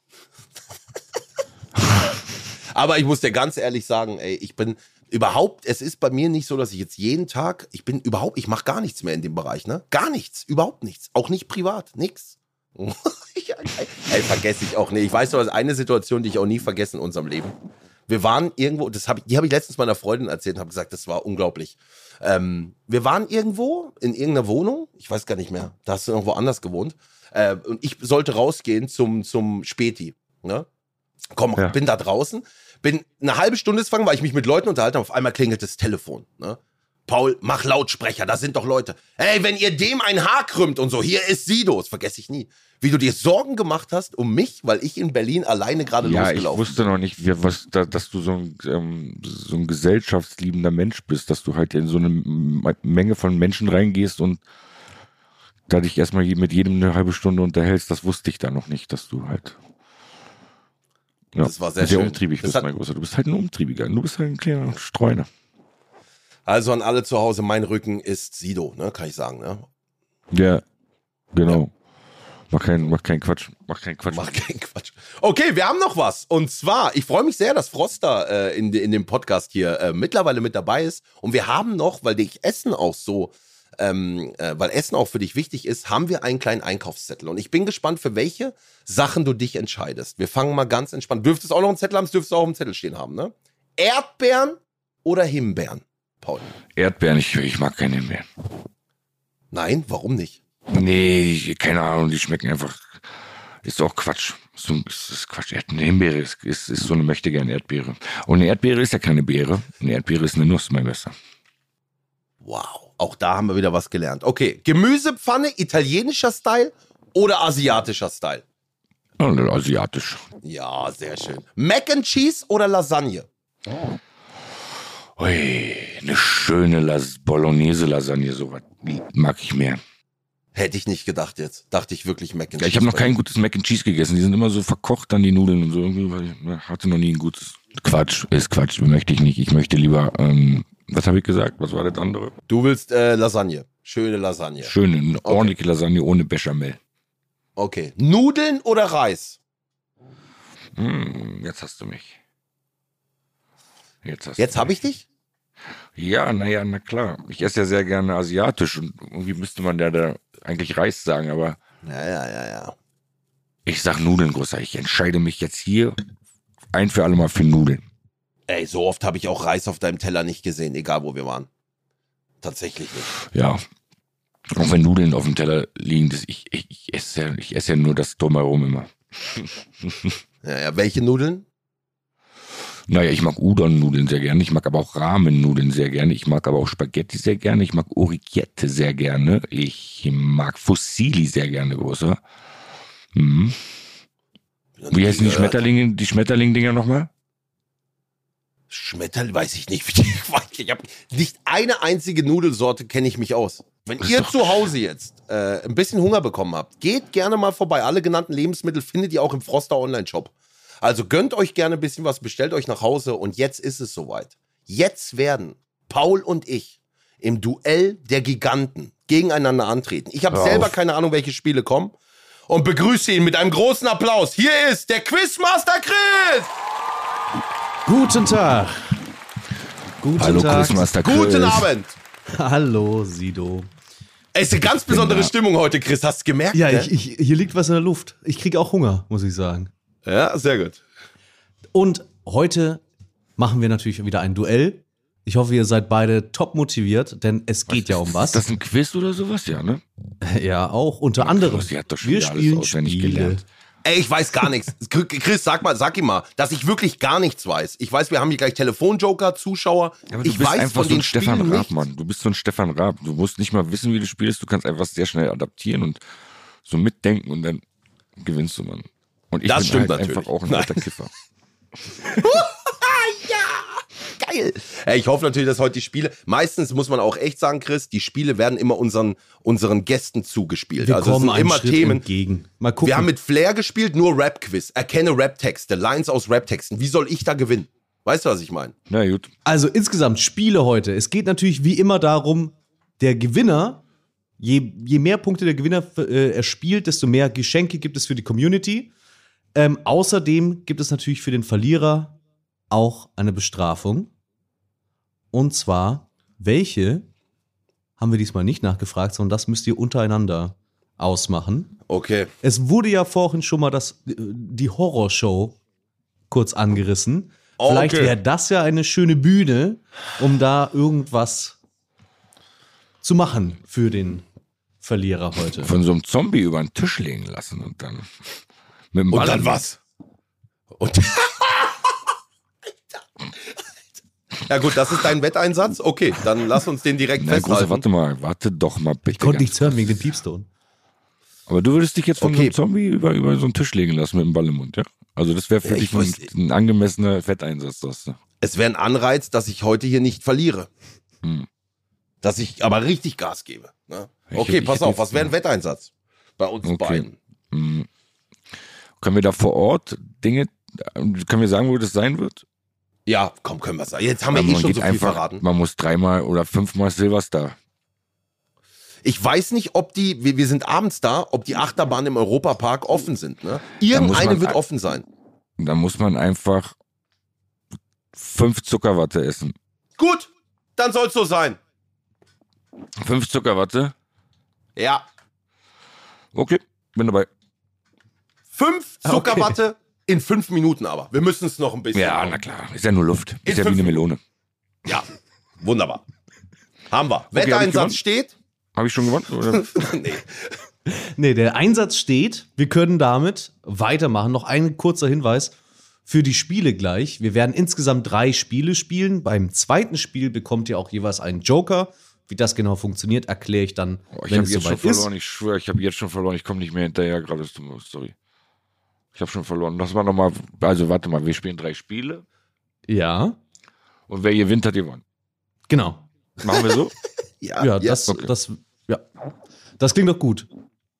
Aber ich muss dir ganz ehrlich sagen, ey, ich bin überhaupt, es ist bei mir nicht so, dass ich jetzt jeden Tag, ich bin überhaupt, ich mache gar nichts mehr in dem Bereich, ne? Gar nichts, überhaupt nichts. Auch nicht privat, nix. [LAUGHS] Ich- ey, vergesse ich auch nicht. Ich weiß nur, das ist eine Situation, die ich auch nie vergesse in unserem Leben. Wir waren irgendwo, das hab ich, die habe ich letztens meiner Freundin erzählt und habe gesagt, das war unglaublich. Ähm, wir waren irgendwo in irgendeiner Wohnung, ich weiß gar nicht mehr, da hast du irgendwo anders gewohnt. Äh, und ich sollte rausgehen zum, zum Späti. Ne? Komm,
Ja.
bin da draußen, bin eine halbe Stunde ist fangen, weil ich mich mit Leuten unterhalte und auf einmal klingelt das Telefon. Ne? Paul, mach Lautsprecher, da sind doch Leute. Hey, wenn ihr dem ein Haar krümmt und so, hier ist Sido, das vergesse ich nie. Wie du dir Sorgen gemacht hast um mich, weil ich in Berlin alleine gerade
Ja, ich
Also losgelaufen bin.
wusste noch nicht, wie, was, da, dass du so ein, ähm, so ein gesellschaftsliebender Mensch bist, dass du halt in so eine M- Menge von Menschen reingehst und da dich erstmal je- mit jedem eine halbe Stunde unterhältst. Das wusste ich da noch nicht, dass du halt. Ja,
Das war sehr schön.
umtriebig
Das
bist,
hat-
mein Großer. Du bist halt ein Umtriebiger. Du bist halt ein kleiner Streuner.
Also an alle zu Hause, mein Rücken ist Sido, ne, kann ich sagen, ne?
Ja, genau. Mach keinen mach keinen Quatsch. Mach keinen Quatsch.
[LAUGHS] Mach keinen Quatsch. Okay, wir haben noch was. Und zwar, ich freue mich sehr, dass Froster äh, in, de- in dem Podcast hier äh, mittlerweile mit dabei ist. Und wir haben noch, weil dich Essen auch so, ähm, äh, weil Essen auch für dich wichtig ist, haben wir einen kleinen Einkaufszettel. Und ich bin gespannt, für welche Sachen du dich entscheidest. Wir fangen mal ganz entspannt. Dürftest auch noch einen Zettel haben, dürftest auch einen Zettel stehen haben, ne? Erdbeeren oder Himbeeren, Paul?
Erdbeeren, ich, ich mag keine mehr.
Nein, warum nicht?
Nee, ich- keine Ahnung, die schmecken einfach. Ist auch Quatsch. Ist, so- ist, ist Quatsch. Erd- Eine Himbeere ist, ist, ist so eine möchte gerne Erdbeere. Und eine Erdbeere ist ja keine Beere. Eine Erdbeere ist eine Nuss, mein Bester.
Wow, auch da haben wir wieder was gelernt. Okay, Gemüsepfanne, italienischer Style oder asiatischer Style?
Und asiatisch.
Ja, sehr schön. Mac and Cheese oder Lasagne?
Ui, eine schöne Las Bolognese Lasagne, sowas die mag ich mehr.
Hätte ich nicht gedacht jetzt. Dachte ich wirklich Mac and
Ja,
Cheese.
ich habe noch kein gutes Mac and Cheese gegessen. Die sind immer so verkocht dann die Nudeln und so. Irgendwie weil ich ne, hatte noch nie ein gutes. Quatsch, ist Quatsch, möchte ich nicht. Ich möchte lieber, ähm, was habe ich gesagt? Was war das andere?
Du willst äh, Lasagne. Schöne Lasagne.
Schöne, eine ordentliche Lasagne ohne Bechamel.
Okay. Nudeln oder Reis?
Hm, jetzt hast du mich. Jetzt hast
Jetzt
du
habe ich
mich.
dich?
Ja, naja, na klar. Ich esse ja sehr gerne asiatisch und irgendwie müsste man ja da eigentlich Reis sagen, aber
Ja, ja, ja, ja.
ich sag Nudeln, großer. Ich entscheide mich jetzt hier ein für alle Mal für Nudeln.
Ey, so oft habe ich auch Reis auf deinem Teller nicht gesehen, egal wo wir waren. Tatsächlich nicht.
Ja. Auch wenn Nudeln auf dem Teller liegen, das ich, ich, ich esse ja, ich esse ja nur das drumherum immer.
Ja, ja. Welche Nudeln?
Naja, ich mag Udon-Nudeln sehr gerne, ich mag aber auch Ramen-Nudeln sehr gerne, ich mag aber auch Spaghetti sehr gerne, ich mag Orichette sehr gerne, ich mag Fusilli sehr gerne, großer. Mhm. Wie heißen die
Äh,
Schmetterlinge, die Schmetterling-Dinger nochmal?
Schmetterling, weiß ich nicht, [LAUGHS] wie die Ich habe nicht eine einzige Nudelsorte kenne ich mich aus. Wenn
Ist
ihr
doch-
zu Hause jetzt äh, ein bisschen Hunger bekommen habt, geht gerne mal vorbei. Alle genannten Lebensmittel findet ihr auch im Froster Online-Shop. Also gönnt euch gerne ein bisschen was, bestellt euch nach Hause und jetzt ist es soweit. Jetzt werden Paul und ich im Duell der Giganten gegeneinander antreten. Ich habe
Hör
selber
auf.
keine Ahnung, welche Spiele kommen und begrüße ihn mit einem großen Applaus. Hier ist der Quizmaster Chris!
Guten Tag. Guten
Hallo
Tag.
Quizmaster Chris.
Guten Abend!
[LAUGHS] Hallo, Sido.
Ey, ist eine ganz besondere
da.
Stimmung heute, Chris. Hast du gemerkt?
Ja,
ne?
ich, ich, hier liegt was in der Luft. Ich kriege auch Hunger, muss ich sagen.
ja, sehr gut.
Und heute machen wir natürlich wieder ein Duell. Ich hoffe, ihr seid beide top motiviert, denn es geht ja um was.
Ist das ein Quiz oder sowas? Ja, ne?
[LAUGHS] ja, auch unter anderem.
Sie hat doch schon
wir
wieder alles
spielen
auswendig
Spiele.
gelernt.
Ey, ich weiß
[LAUGHS]
gar nichts. Kr- Chris, sag mal, sag ihm mal, dass ich wirklich gar nichts weiß. Ich weiß, wir haben hier gleich Telefonjoker, Zuschauer.
Aber du
ich
bist
weiß
einfach
von
so
den
ein Stefan
Spielen
Raab,
nichts.
Mann. Du bist so ein Stefan Raab. Du musst nicht mal wissen, wie du spielst. Du kannst einfach sehr schnell adaptieren und so mitdenken und dann gewinnst du, Mann. Und ich
Das
bin
stimmt
halt
natürlich.
einfach auch ein
Nein.
alter Kiffer.
Geil. Ey, ich hoffe natürlich, dass heute die Spiele, meistens muss man auch echt sagen, Chris, die Spiele werden immer unseren, unseren Gästen zugespielt.
Wir
also es
kommen
sind
einem
immer
Schritt
Themen.
entgegen. Mal gucken.
Wir haben mit Flair gespielt, nur Rap-Quiz. Erkenne Rap-Texte, Lines aus Rap-Texten. Wie soll ich da gewinnen? Weißt du, was ich meine?
Na gut.
also insgesamt Spiele heute. Es geht natürlich wie immer darum, der Gewinner, je, je mehr Punkte der Gewinner äh, erspielt, desto mehr Geschenke gibt es für die Community. Ähm, außerdem gibt es natürlich für den Verlierer auch eine Bestrafung. Und zwar, welche haben wir diesmal nicht nachgefragt, sondern das müsst ihr untereinander ausmachen.
Okay.
Es wurde ja vorhin schon mal das, äh, die Horrorshow kurz angerissen.
Oh,
Vielleicht
okay.
wäre das ja eine schöne Bühne, um da irgendwas zu machen für den Verlierer heute.
Von so einem Zombie über den Tisch legen lassen und dann mit dem
Und
Ballern-
dann was? Und ja gut, das ist dein Wetteinsatz? Okay, dann lass uns den direkt
Na, große,
festhalten.
warte mal, warte doch mal bitte.
Konnte
ganz
nichts hören wegen dem Piepston.
Aber du würdest dich jetzt von
Okay.
so einem Zombie über, über so einen Tisch legen lassen mit dem Ball im Mund, ja? Also das wäre für
Ja, ich
dich ein,
weiß-
ein angemessener Fetteinsatz, das. ne?
Es wäre ein Anreiz, dass ich heute hier nicht verliere.
Hm.
Dass ich aber richtig Gas gebe. Ne?
Ich-
Okay,
ich
pass
hätte
auf,
jetzt-
was wäre ein Wetteinsatz? Bei uns
Okay.
beiden.
Hm. Können wir da vor Ort Dinge, äh, können wir sagen, wo das sein wird?
Ja, komm, können wir sagen. Jetzt haben wir
Aber
eh
man
schon
geht
so viel
einfach,
verraten.
Man muss dreimal oder fünfmal Silverstar.
Ich weiß nicht, ob die, wir, wir sind abends da, ob die Achterbahnen im Europapark offen sind. Ne?
muss
Irgendeine
man-
wird offen sein.
Und dann muss man einfach fünf Zuckerwatte essen.
Gut, dann soll es so sein.
Fünf Zuckerwatte?
Ja.
Okay, bin dabei.
Fünf Zuckerwatte in fünf Minuten aber. Wir müssen es noch ein bisschen.
Ja,
machen.
na klar. Ist ja nur Luft.
In
Ist ja wie
fünf
eine Melone.
Ja, wunderbar. Haben wir.
hab ich gewonnen?
Wetteinsatz steht. [LAUGHS]
Habe ich schon gewonnen? [LAUGHS] Oder?
nee.
Nee, der Einsatz steht. Wir können damit weitermachen. Noch ein kurzer Hinweis für die Spiele gleich. Wir werden insgesamt drei Spiele spielen. Beim zweiten Spiel bekommt ihr auch jeweils einen Joker. Wie das genau funktioniert, erkläre ich dann,
Boah, Oh, ich
wenn
habe
es
jetzt schon
soweit ist.
verloren, ich schwöre, ich habe jetzt schon verloren, ich komme nicht mehr hinterher gerade, es tut mir- sorry. Ich habe schon verloren. Lass mal nochmal, also warte mal, wir spielen drei Spiele
Ja,
und wer gewinnt, hat gewonnen.
genau.
Machen wir so?
Ja,
ja, das,
okay.
das, ja, das klingt doch gut.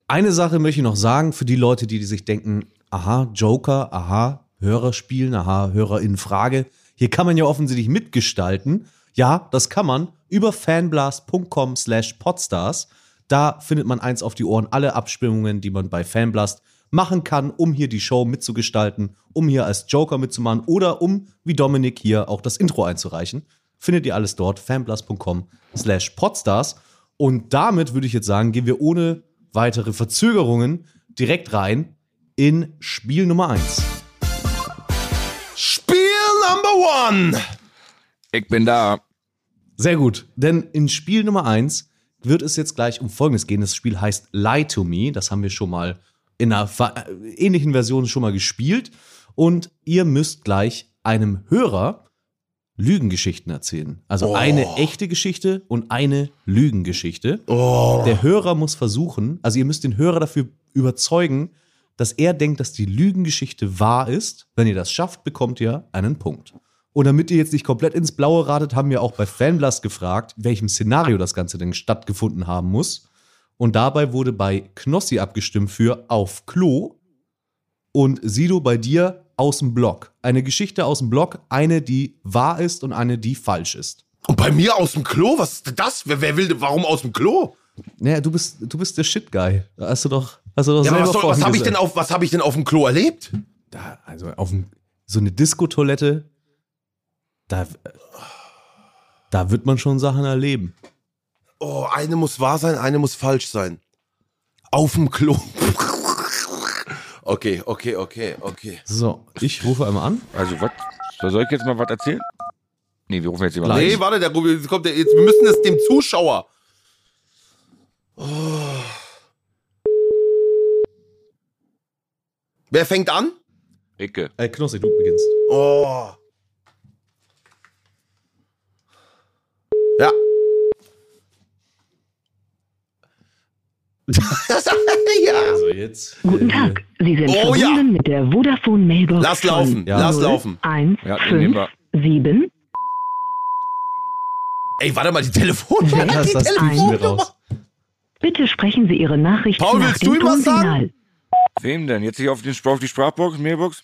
Eine Sache möchte ich noch sagen für die Leute, die sich denken, aha, Joker, aha, Hörer spielen, aha, Hörer in Frage. Hier kann man ja offensichtlich mitgestalten. Ja, das kann man über fanblast.com slash podstars. Da findet man eins auf die Ohren, alle Abstimmungen, die man bei Fanblast machen kann, um hier die Show mitzugestalten, um hier als Joker mitzumachen oder um, wie Dominik, hier auch das Intro einzureichen. Findet ihr alles dort, fanblast.com slash podstars. Und damit würde ich jetzt sagen, gehen wir ohne weitere Verzögerungen direkt rein in Spiel Nummer 1.
Spiel Number One.
[LAUGHS] Ich bin da.
Sehr gut, denn in Spiel Nummer 1 wird es jetzt gleich um Folgendes gehen. Das Spiel heißt Lie to Me, das haben wir schon mal in einer fa- ähnlichen Version schon mal gespielt. Und ihr müsst gleich einem Hörer Lügengeschichten erzählen. Also
Oh.
eine echte Geschichte und eine Lügengeschichte.
Oh.
Der Hörer muss versuchen, also ihr müsst den Hörer dafür überzeugen, dass er denkt, dass die Lügengeschichte wahr ist. Wenn ihr das schafft, bekommt ihr einen Punkt. Und damit ihr jetzt nicht komplett ins Blaue ratet, haben wir auch bei Fanblast gefragt, in welchem Szenario das Ganze denn stattgefunden haben muss. Und dabei wurde bei Knossi abgestimmt für Auf Klo und Sido bei dir aus dem Blog. Eine Geschichte aus dem Blog, eine, die wahr ist und eine, die falsch ist.
Und bei mir aus dem Klo? Was ist das? Wer, wer will, denn- warum aus dem Klo?
Naja, du bist, du bist der Shit-Guy. Hast du doch, hast du doch
Ja,
selber
aber was, soll- was
vorhin
habe ich
gesagt.
denn auf, was habe ich denn auf dem Klo erlebt?
da, also auf dem, so eine Diskotoilette, da, da wird man schon Sachen erleben.
Oh, eine muss wahr sein, eine muss falsch sein. Auf dem Klo. [LAUGHS] Okay, okay, okay, okay.
So, ich rufe einmal an.
Also was? So, soll ich jetzt mal was erzählen? Nee, wir rufen jetzt jemanden.
Nee,
an.
warte, der Rubi, jetzt kommt der, jetzt, wir müssen es dem Zuschauer. Oh. Wer fängt an?
Ecke.
Äh, Knossi, du beginnst.
Oh. Ja. [LAUGHS] ja.
Also, jetzt Jetzt.
Guten
äh,
Tag, Sie sind
Oh, ja.
verbunden mit der Vodafone Mailbox.
Lass laufen,
Ja.
lass laufen.
1,
Ja, den nehmen
5,
wir.
7,
Ey, warte mal, die Telefonnummer.
Das,
[LAUGHS] die
das piepen wir
Telefonnummer.
raus.
bitte sprechen Sie Ihre Nachricht
Paul,
nach
willst
dem
du ihm was sagen?
Tonsignal.
Wem denn? Jetzt hier auf, den, Spr- auf die Sprachbox, Mailbox?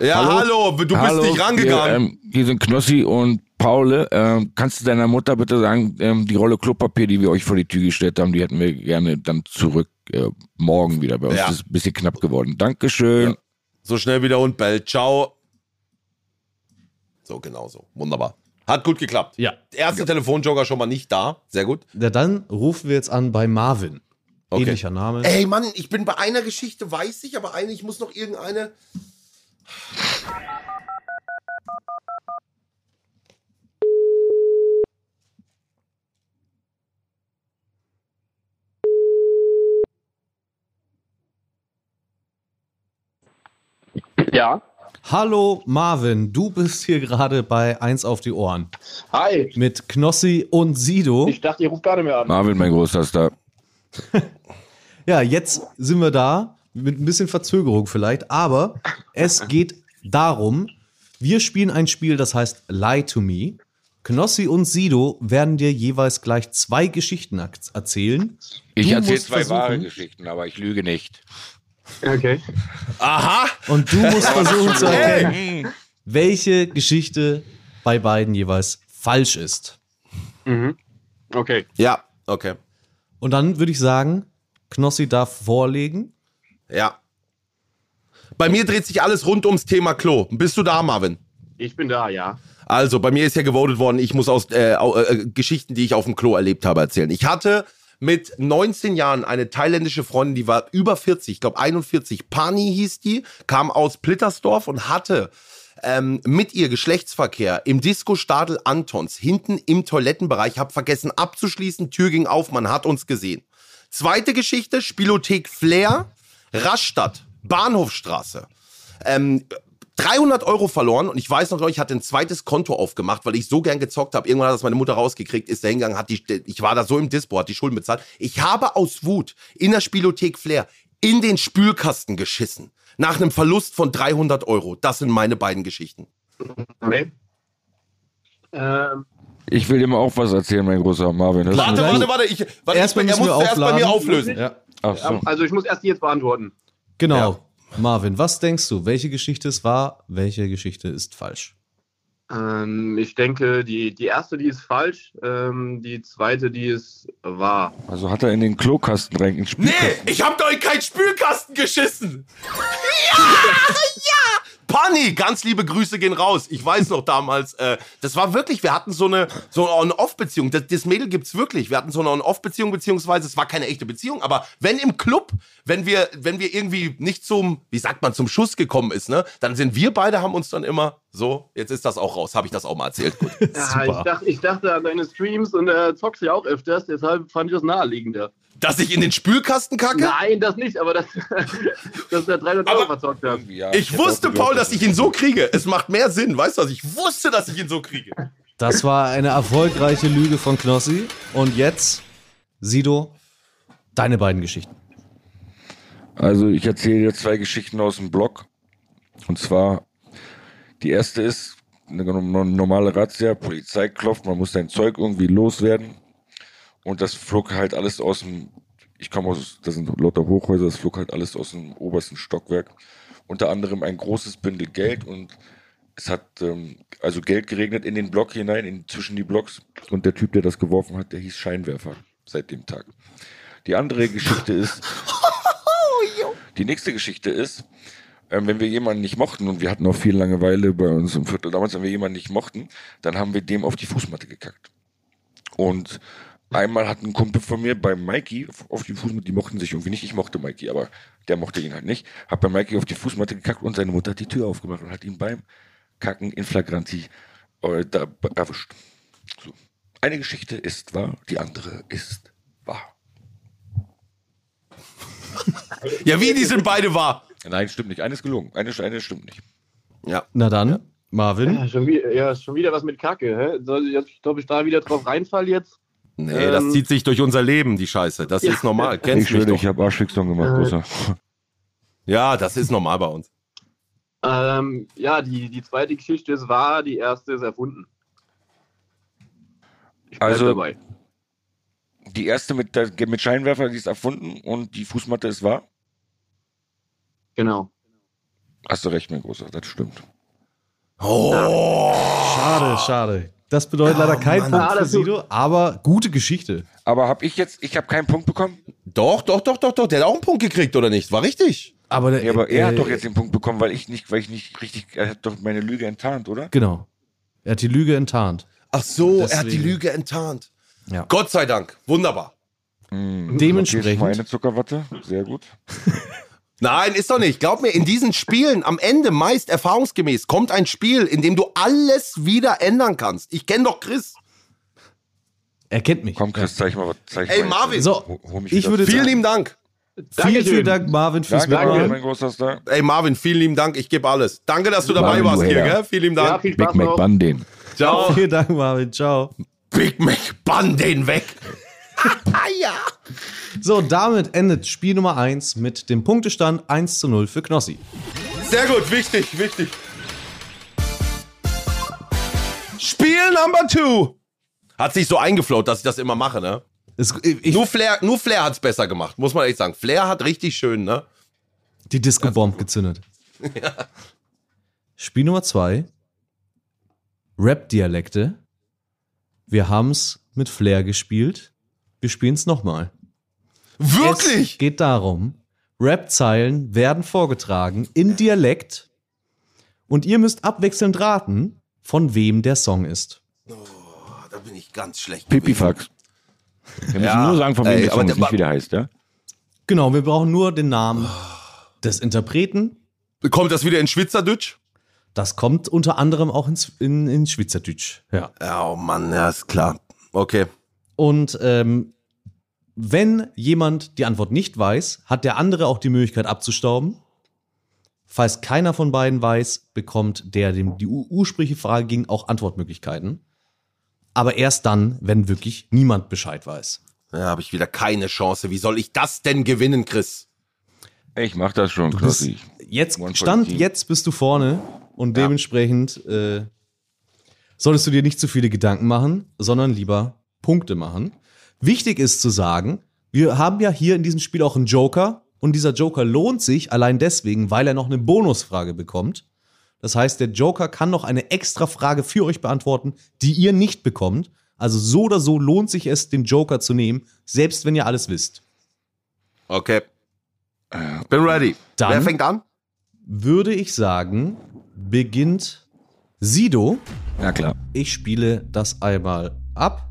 Ja, hallo, du bist
Hallo,
nicht rangegangen.
Hier, ähm, hier sind Knossi und Paul. Ähm, kannst du deiner Mutter bitte sagen, ähm, die Rolle Klopapier, die wir euch vor die Tür gestellt haben, die hätten wir gerne dann zurück äh, morgen wieder bei uns.
Ja.
Das ist ein bisschen knapp geworden. Dankeschön.
So schnell wie der Hund bellt. Ciao. So, genau so. Wunderbar. Hat gut geklappt.
Ja.
Erste Telefonjoker schon mal nicht da. Sehr gut.
Na, dann rufen wir jetzt an bei Marvin.
Okay.
Ähnlicher Name.
Ey, Mann, ich bin bei einer Geschichte, weiß ich, aber eine, ich muss noch irgendeine.
Ja.
Hallo Marvin, du bist hier gerade bei 1 auf die Ohren
Hi.
mit Knossi und Sido.
Ich dachte, ihr ruft gar nicht mehr an.
Marvin, mein großer Star.
Ja, jetzt sind wir da mit ein bisschen Verzögerung vielleicht, aber [LAUGHS] es geht darum, wir spielen ein Spiel, das heißt Lie to Me. Knossi und Sido werden dir jeweils gleich zwei Geschichten ak- erzählen.
Ich
Du
erzähle
musst
zwei wahre
versuchen-
Geschichten, aber ich lüge nicht.
Okay.
Aha!
Und du [LAUGHS] musst versuchen zu erkennen,
Hm.
welche Geschichte bei beiden jeweils falsch ist.
Okay.
Ja, okay.
Und dann würde ich sagen, Knossi darf vorlegen.
Ja. Bei mir dreht sich alles rund ums Thema Klo. Bist du da, Marvin?
Ich bin da, ja.
Also, bei mir ist ja gewotet worden, ich muss aus äh, au- äh, Geschichten, die ich auf dem Klo erlebt habe, erzählen. Ich hatte mit 19 Jahren eine thailändische Freundin, die war über 40, ich glaube 41, Pani hieß die, kam aus Plittersdorf und hatte ähm, mit ihr Geschlechtsverkehr im Disco-Stadel Antons, hinten im Toilettenbereich, hab vergessen abzuschließen, Tür ging auf, man hat uns gesehen. Zweite Geschichte, Spielothek Flair, Rastatt, Bahnhofstraße. Ähm, 300 Euro verloren und ich weiß noch, genau, ich hatte ein zweites Konto aufgemacht, weil ich so gern gezockt habe. Irgendwann hat das meine Mutter rausgekriegt, ist da hingegangen, hat die, ich war da so im Dispo, hat die Schulden bezahlt. Ich habe aus Wut in der Spielothek Flair in den Spülkasten geschissen. Nach einem Verlust von 300 Euro. Das sind meine beiden Geschichten.
Okay. Ähm,
Ich will dir mal auch was erzählen, mein großer Marvin. Das ist
Warte,
eine-
warte, warte. Ich, warte
Erstmal
ich, er
müssen
muss
wir
zuerst bei
aufladen.
mir auflösen.
Ja.
Ach so.
also ich muss erst die jetzt beantworten.
Genau. Marvin, was denkst du? Welche Geschichte ist wahr? Welche Geschichte ist falsch?
Ähm, ich denke, die, die erste, die ist falsch. Ähm, die zweite, die ist wahr.
Also hat er in den Klokasten rein gespielt.
Nee, ich hab doch in keinen Spülkasten geschissen. Ja, ja. Pani, ganz liebe Grüße gehen raus. Ich weiß noch damals, äh, das war wirklich, wir hatten so eine, so eine On-Off-Beziehung. Das, das Mädel gibt's wirklich. Wir hatten so eine On-Off-Beziehung, beziehungsweise es war keine echte Beziehung, aber wenn im Club, wenn wir, wenn wir irgendwie nicht zum, wie sagt man, zum Schuss gekommen ist, ne, dann sind wir beide, haben uns dann immer so, jetzt ist das auch raus, habe ich das auch mal erzählt. [LAUGHS] Gut.
Ja, ich, dachte, ich dachte an deine Streams und äh, zockst ja auch öfters, deshalb fand ich das naheliegender.
Dass ich in den Spülkasten kacke?
Nein, das nicht, aber das, [LAUGHS] dass wir 300 Euro
Aber-
verzockt haben.
Ja,
Ich
hab
wusste,
auch geglaubt,
Paul, dass ich ihn so kriege. Es macht mehr Sinn, weißt du was? Ich wusste, dass ich ihn so kriege.
Das war eine erfolgreiche Lüge von Knossi. Und jetzt, Sido, deine beiden Geschichten.
Also ich erzähle dir zwei Geschichten aus dem Blog. Und zwar, die erste ist eine gno- normale Razzia, Polizei klopft, man muss sein Zeug irgendwie loswerden. Und das flog halt alles aus dem, ich komme aus, das sind lauter Hochhäuser, das flog halt alles aus dem obersten Stockwerk. Unter anderem ein großes Bündel Geld und es hat ähm, also Geld geregnet in den Block hinein, in, zwischen die Blocks. Und der Typ, der das geworfen hat, der hieß Scheinwerfer seit dem Tag. Die andere Geschichte ist, die nächste Geschichte ist, ähm, wenn wir jemanden nicht mochten, und wir hatten auch viel Langeweile bei uns im Viertel damals, wenn wir jemanden nicht mochten, dann haben wir dem auf die Fußmatte gekackt. Und einmal hat ein Kumpel von mir bei Mikey auf die Fußmatte, die mochten sich irgendwie nicht, ich mochte Mikey, aber der mochte ihn halt nicht, hat bei Mikey auf die Fußmatte gekackt und seine Mutter hat die Tür aufgemacht und hat ihn beim Kacken in Flagranti äh, da erwischt. So. Eine Geschichte ist wahr, die andere ist wahr.
Ja, wie die sind beide wahr.
Nein, stimmt nicht. Eine ist gelungen. Eine, eine stimmt nicht.
Na dann, Marvin.
Ja, schon wieder, ja, schon wieder was mit Kacke. Hä? Soll ich, jetzt- ob ich da wieder drauf reinfall jetzt?
Nee, das zieht sich durch unser Leben, die Scheiße. Das ist normal.
Ich
Kennst mich
schwöre,
doch.
ich habe Arschfixion gemacht, Großer.
Ja, das ist normal bei uns.
Ähm, ja, die, die zweite Geschichte ist wahr, die erste ist erfunden. Ich bleib
Also-
dabei.
[LAUGHS] Die erste mit, der- mit Scheinwerfer, die ist erfunden und die Fußmatte ist wahr.
Genau.
Hast du recht, mein Großer, das stimmt.
Schade, schade. Das bedeutet leider kein Punkt
Ah,
für
das tut-
Sido, aber gute Geschichte.
Aber habe ich jetzt, ich habe keinen Punkt bekommen?
Doch, doch, doch, doch, doch. Der hat auch einen Punkt gekriegt, oder nicht? War richtig.
Aber, der-
Ja, aber er
äh,
hat doch jetzt den Punkt bekommen, weil ich nicht, weil ich nicht richtig, er hat doch meine Lüge enttarnt, oder?
Genau. Er hat die Lüge enttarnt.
Ach so, er hat die
Deswegen.
Lüge enttarnt.
Gott sei Dank. Wunderbar.
Hm,
Dementsprechend-
markiere ich mal Eine Zuckerwatte, sehr gut.
Nein, ist doch nicht. Glaub mir, in diesen Spielen am Ende meist erfahrungsgemäß kommt ein Spiel, in dem du alles wieder ändern kannst. Ich kenne doch Chris.
Er kennt mich.
Komm, Chris, zeig mal was. Zeig
Ey,
mal.
Marvin.
So,
Hol- hol mich
ich
wieder
würde
Vielen
sagen,
lieben Dank.
vielen,
Dankeschön.
vielen Dank, Marvin, fürs
Danke,
Mitmachen.
mein großer Star.
Ey, Marvin, vielen lieben Dank. Ich gebe alles. Danke, dass du dabei
Marvin,
warst
du
hier,
Hater.
gell? Vielen lieben
Ja,
Dank.
viel Spaß noch.
Bandin.
Ciao.
Vielen Dank, Marvin. Ciao.
Big Mac, bann den weg. ja.
So, damit endet Spiel Nummer 1 mit dem Punktestand 1 zu 0 für Knossi.
Sehr gut, wichtig, wichtig. Spiel Number Two. Hat sich so eingefloat, dass ich das immer mache, ne?
Es, äh, ich,
Nur Flair, nur Flair hat's besser gemacht, muss man echt sagen. Flair hat richtig schön, ne?
die Disco-Bomb gezündet. Spiel Nummer 2. Rap-Dialekte. Wir haben's mit Flair gespielt. Wir spielen's nochmal. Es
Wirklich?
geht darum, Rap-Zeilen werden vorgetragen in Dialekt und ihr müsst abwechselnd raten, von wem der Song ist.
Oh, da bin ich ganz schlecht.
Pipifax. Wir müssen
Ja,
nur sagen, von
ey,
wem der
aber
Song
der
nicht
war-
wieder heißt, ja?
Genau, wir brauchen nur den Namen des Interpreten.
Kommt das wieder in Schwitzerdütsch?
Das kommt unter anderem auch ins, in, in Schweizerdeutsch. Ja.
Oh Mann, ja, ist klar. Okay.
Und ähm, wenn jemand die Antwort nicht weiß, hat der andere auch die Möglichkeit abzustauben. Falls keiner von beiden weiß, bekommt der, dem die ur- ursprüngliche Frage ging, auch Antwortmöglichkeiten. Aber erst dann, wenn wirklich niemand Bescheid weiß.
Da habe ich wieder keine Chance. Wie soll ich das denn gewinnen, Chris?
Ich mach das schon, Knossi.
Jetzt,
One for
Stand
the team.
jetzt bist du vorne und dementsprechend äh, solltest du dir nicht zu viele Gedanken machen, sondern lieber Punkte machen. Wichtig ist zu sagen, wir haben ja hier in diesem Spiel auch einen Joker und dieser Joker lohnt sich allein deswegen, weil er noch eine Bonusfrage bekommt. Das heißt, der Joker kann noch eine extra Frage für euch beantworten, die ihr nicht bekommt. Also so oder so lohnt sich es, den Joker zu nehmen, selbst wenn ihr alles wisst.
Okay. Äh, Bin ready.
Dann-
Wer fängt an?
Würde ich sagen, beginnt Sido.
Na klar.
Ich spiele das einmal ab.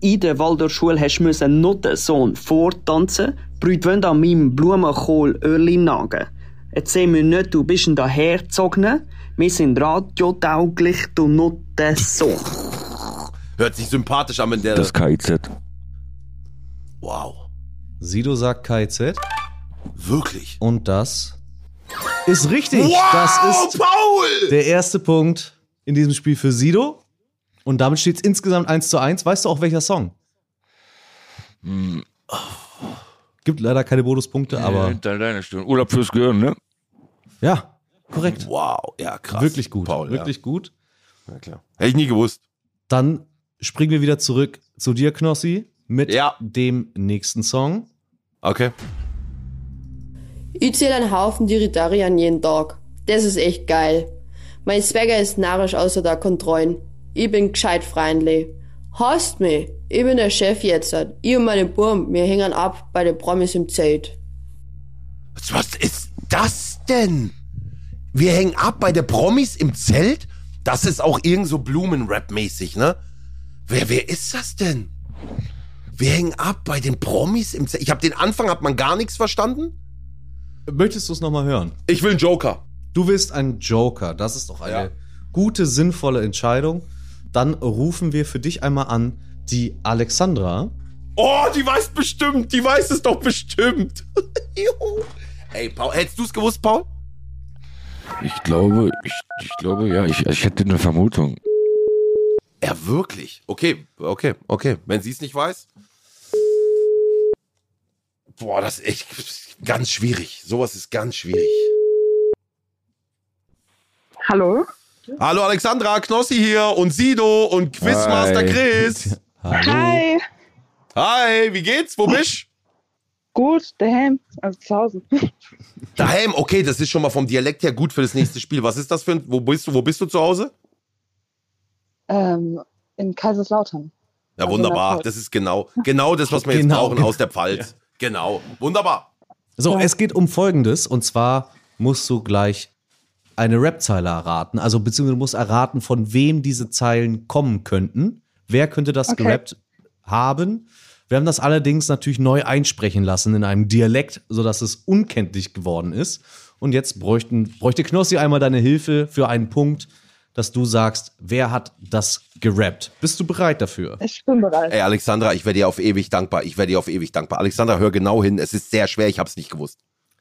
In der Waldorfschule hast du müssen Notensohn vortanzen, Brüd wollen an meinem Blumenkohl Öhrli nagen. Erzähl mir nicht, du bist ein dahergezogener, wir sind radiotauglich, du Notensohn.
Hört sich sympathisch an, wenn der.
Das KIZ.
wow.
Sido sagt KZ
Wirklich.
und das ist richtig. Das ist
Oh, Paul!
der erste Punkt in diesem Spiel für Sido. Und damit steht es insgesamt 1 zu 1. Weißt du auch welcher Song?
Hm,
Gibt leider keine Bonuspunkte, aber
Hinter deiner Stirn. Urlaub fürs Gehirn, ne?
ja, korrekt.
Wow, ja, krass.
Wirklich gut.
Paul,
wirklich gut.
Ja. Ja, klar. Hätte ich nie gewusst.
Dann springen wir wieder zurück zu dir, Knossi, mit
Ja.
dem nächsten Song.
Okay.
Ich zähle einen Haufen Diritari an jeden Tag. Das ist echt geil. Mein Swagger ist narrisch außer der Kontrollen. Ich bin gescheit Freundli. Hast mich. Ich bin der Chef jetzt. Ich und meine Burm, wir hängen ab bei den Promis im Zelt.
Was- Was ist das denn? Wir hängen ab bei der Promis im Zelt? Das ist auch irgend so Blumen-Rap-mäßig, ne? Wer, wer ist das denn? Wir hängen ab bei den Promis im Zelt. Ich habe den Anfang, hat man gar nichts verstanden?
Möchtest du es nochmal hören?
Ich will einen Joker.
Du willst einen Joker. Das ist doch eine
Ja.
gute, sinnvolle Entscheidung. Dann rufen wir für dich einmal an die Alexandra.
Oh, die weiß bestimmt. Die weiß es doch bestimmt. [LAUGHS] Juhu. Ey, Paul, hättest du es gewusst, Paul?
Ich glaube, ich, ich glaube, ja, ich, ich hätte eine Vermutung.
Er wirklich? Okay, okay, okay. Wenn sie es nicht weiß. Boah, das ist echt ganz schwierig. Sowas ist ganz schwierig.
Hallo?
Hallo Alexandra, Knossi hier und Sido und Quizmaster
Hi.
Chris.
Hi.
Hi, wie geht's? Wo bist
Gut, daheim, also zu Hause.
du? Daheim, okay, das ist schon mal vom Dialekt her gut für das nächste Spiel. Was ist das für ein. Wo bist du, wo bist du zu Hause?
Ähm, in Kaiserslautern.
Ja,
Also
wunderbar.
nach
Das ist genau, genau das, was wir jetzt
Genau.
brauchen aus der Pfalz. Genau. Wunderbar.
So, es geht um Folgendes. Und zwar musst du gleich eine Rap-Zeile erraten. Also, beziehungsweise du musst erraten, von wem diese Zeilen kommen könnten. Wer könnte das
Okay.
gerappt haben? Wir haben das allerdings natürlich neu einsprechen lassen in einem Dialekt, sodass es unkenntlich geworden ist. Und jetzt bräuchten, bräuchte Knossi einmal deine Hilfe für einen Punkt, dass du sagst, wer hat das gerappt? Bist du bereit dafür?
Ich bin bereit.
Ey, Alexandra, ich werde dir auf ewig dankbar. Ich werde dir auf ewig dankbar. Alexandra, hör genau hin. Es ist sehr schwer. Ich habe es nicht gewusst.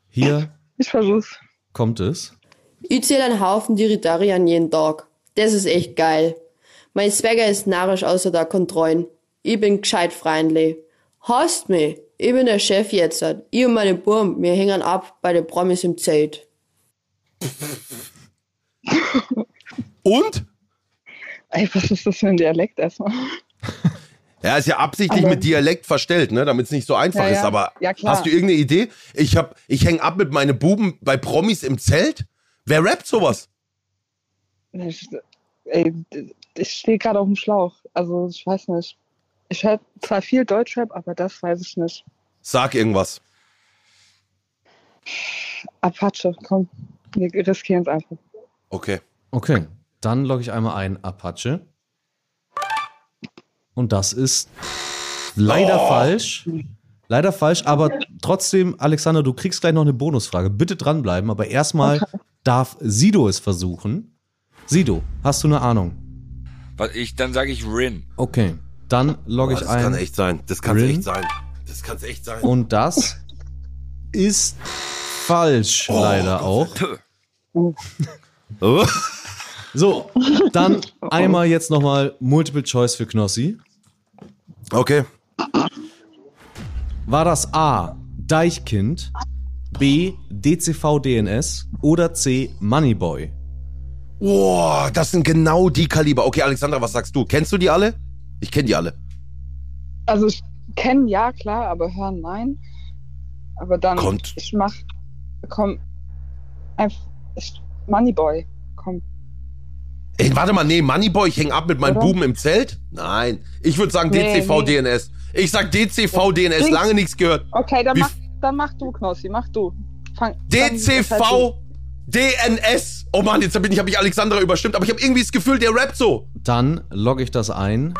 Hier
Ich versuch's.
kommt es.
Ich zähl einen Haufen Diritarien jeden Tag. Das ist echt geil. Mein Swagger ist narrisch außer der Kontrollen. Ich bin gescheit Freundli. Hast mich. Ich bin der Chef jetzt. Ich und meine Burm, wir hängen ab bei den Promis im Zelt.
Und?
Ey, was ist das für ein Dialekt erstmal?
Ja, ist ja absichtlich mit Dialekt verstellt, ne, damit es nicht so einfach
Ja,
ist.
ja.
Aber
Ja, klar.
hast du irgendeine Idee? Ich hab, ich häng ab mit meinen Buben bei Promis im Zelt. Wer rappt sowas?
Ich, ey, ich stehe gerade auf dem Schlauch. Also, ich weiß nicht. Ich höre zwar viel Deutschrap, aber das weiß ich nicht.
Sag irgendwas.
Apache, komm. Wir riskieren es einfach.
Okay.
Okay, dann logge ich einmal ein Apache. Und das ist leider
Oh.
falsch. Leider falsch, aber trotzdem, Alexander, du kriegst gleich noch eine Bonusfrage. Bitte dranbleiben, aber erstmal darf Sido es versuchen. Sido, hast du eine Ahnung?
Was ich, dann sage ich Rin.
Okay, dann logge
Boah,
ich
Oh, das
ein.
kann echt sein. Das kann's
Rin.
echt sein. Das kann's echt sein.
Und das ist falsch, leider auch.
Oh.
So, dann einmal jetzt nochmal Multiple Choice für Knossi.
Okay.
War das A. Deichkind, B. DCV-DNS oder C. Moneyboy?
Boah, das sind genau die Kaliber. Okay, Alexandra, was sagst du? Kennst du die alle? Ich kenne die alle.
Also, ich kenne ja, klar, aber hören nein. Aber dann,
Kommt.
ich mach, komm, einfach, ich, Moneyboy, komm.
Ey, warte mal, nee, Moneyboy, ich häng ab mit meinen
Oder?
Buben im Zelt? Nein. Ich würde sagen
Nee,
DCV DNS. Ich sag DCV DNS,
Dings.
lange nichts gehört.
Okay, dann
Wie
mach, dann mach du, Knossi, mach du. Fang, dann- halt
DCV DNS. Oh Mann, jetzt bin ich, habe ich Alexandra überstimmt, aber ich habe irgendwie das Gefühl, der rappt so.
Dann logge ich das ein.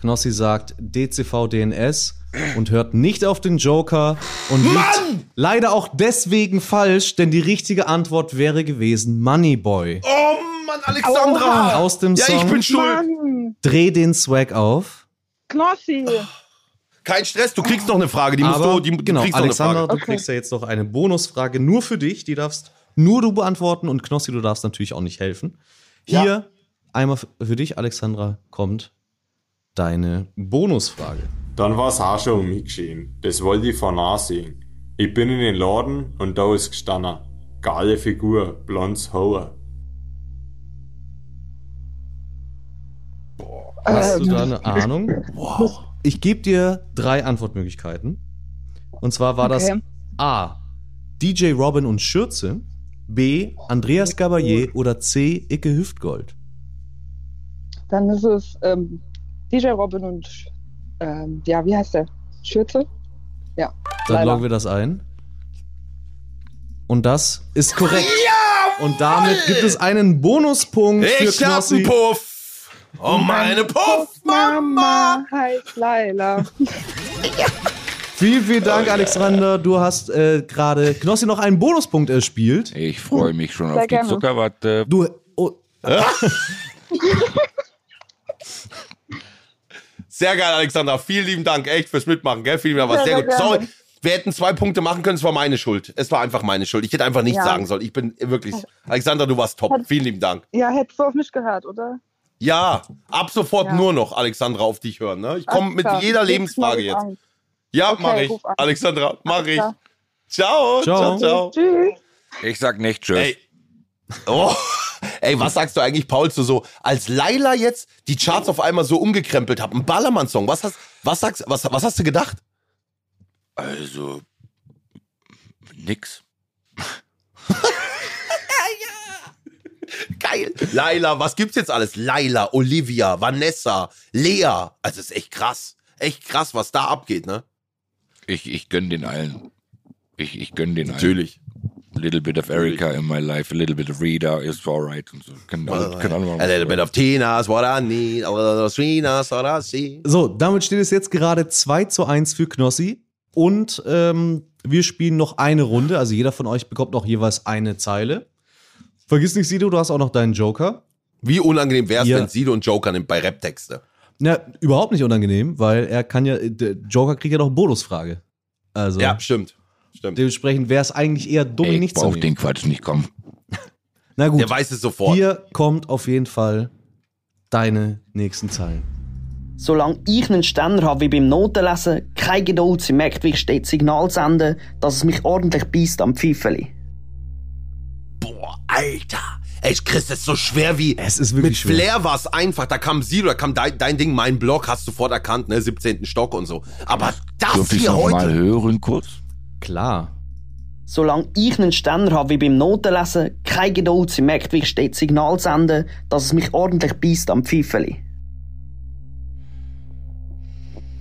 Knossi sagt DCV-DNS und hört nicht auf den Joker und liegt leider auch deswegen falsch, denn die richtige Antwort wäre gewesen Moneyboy.
Oh Mann, Alexandra.
Aus dem
ja, ich
Song.
bin schuld.
Mann,
Dreh den Swag auf.
Knossi.
Kein Stress, du kriegst noch eine Frage, die musst
aber,
du, die, du
genau,
kriegst noch
Alexander,
eine Frage.
du kriegst ja jetzt noch eine Bonusfrage nur für dich. Die darfst nur du beantworten und Knossi, du darfst natürlich auch nicht helfen. Hier einmal f- für dich, Alexandra, kommt deine Bonusfrage.
Dann war es auch schon um mich geschehen. Das wollte ich von ansehen. Ich bin in den Laden und da ist gestanden. Geile Figur, blondes Haar.
Hast du da eine Ahnung? Ich gebe dir drei Antwortmöglichkeiten. Und zwar war
Okay.
das A. DJ Robin und Schürze, B. Andreas Gabayé oder C. Icke Hüftgold.
Dann ist es ähm, DJ Robin und, ähm, ja, wie heißt der? Schürze? Ja.
Dann
leider.
loggen wir das ein. Und das ist korrekt. Und damit gibt es einen Bonuspunkt für
Ich hab
Knossi.
einen Puff. Oh meine Puff.
Mama heißt Laila.
Vielen, vielen Dank, Alexander. Du hast äh, gerade Knossi noch einen Bonuspunkt erspielt.
Ich freue mich schon
Sehr
auf die
gerne.
Zuckerwatte.
Du. Oh,
Sehr geil, Alexandra. Vielen lieben Dank, echt, fürs Mitmachen, gell? Vielen Dank, war
Ja,
sehr
sehr
gut.
gerne.
Sorry, wir hätten zwei Punkte machen können, es war meine Schuld. Es war einfach meine Schuld. Ich hätte einfach nichts
Ja.
sagen sollen. Ich bin wirklich. Alexandra, du warst top. Vielen lieben Dank.
Ja, hättest du auf mich gehört, oder?
Ja, ab sofort
Ja.
nur noch, Alexandra, auf dich hören. Ne? Ich komme
Alles
mit
klar.
jeder
Ruf
Lebensfrage
mich
jetzt.
an.
Ja,
Okay,
mach ich.
ruf an.
Alexandra, mach ich.
klar.
Ciao, ciao, ciao.
Tschüss.
Ich sag nicht tschüss.
Ey. Oh, [LAUGHS] ey, was sagst du eigentlich, Paul, zu so, als Laila jetzt die Charts auf einmal so umgekrempelt hat, ein Ballermann-Song, was hast, was sagst, was, was hast du gedacht?
Also, nix.
Geil. Laila, was gibt's jetzt alles? Laila, Olivia, Vanessa, Lea. Also, ist echt krass. Echt krass, was da abgeht, ne?
Ich, ich gönn den allen. Ich, ich gönn den
Natürlich.
allen. Little bit of Erica in my life, a little bit of Rita is alright und so. Können alle, können alle mal
A little bit of Tina's what I need, a little Trina's what I see.
So, damit steht es jetzt gerade 2 zu 1 für Knossi. Und ähm, wir spielen noch eine Runde. Also jeder von euch bekommt noch jeweils eine Zeile. Vergiss nicht, Sido, du hast auch noch deinen Joker.
Wie unangenehm wär's,
Ja.
wenn Sido und Joker nimmt bei Rap-Texte?
Na, überhaupt nicht unangenehm, weil er kann ja, der Joker kriegt ja noch Bonusfrage. Also.
Ja, stimmt. stimmt.
Dementsprechend wäre es eigentlich eher dumm,
Ey, ich
nicht zu
brauch
nehmen.
den Quatsch nicht kommen.
Na gut.
Der weiß es sofort.
Hier kommt auf jeden Fall deine nächsten Zeilen.
Solange ich einen Ständer habe wie beim Notenlesen, keine Geduld, sie merkt, wie ich stets Signal sende, dass es mich ordentlich beißt am Pfeifeli.
Boah, Alter. Ey, ich krieg's das so schwer wie.
Es ist wirklich
Mit
schwer.
Flair war's einfach. Da kam Sido, da kam dein, dein Ding, mein Blog, hast du sofort erkannt, ne? 17. Stock und so. Aber das
Dürfte ich
hier
noch
heute.
mal hören kurz?
Klar.
Solange ich einen Ständer habe wie beim Notenlesen, keine Geduld, sie merkt, wie ich stets Signal sende, dass es mich ordentlich beißt am Pfeifeli.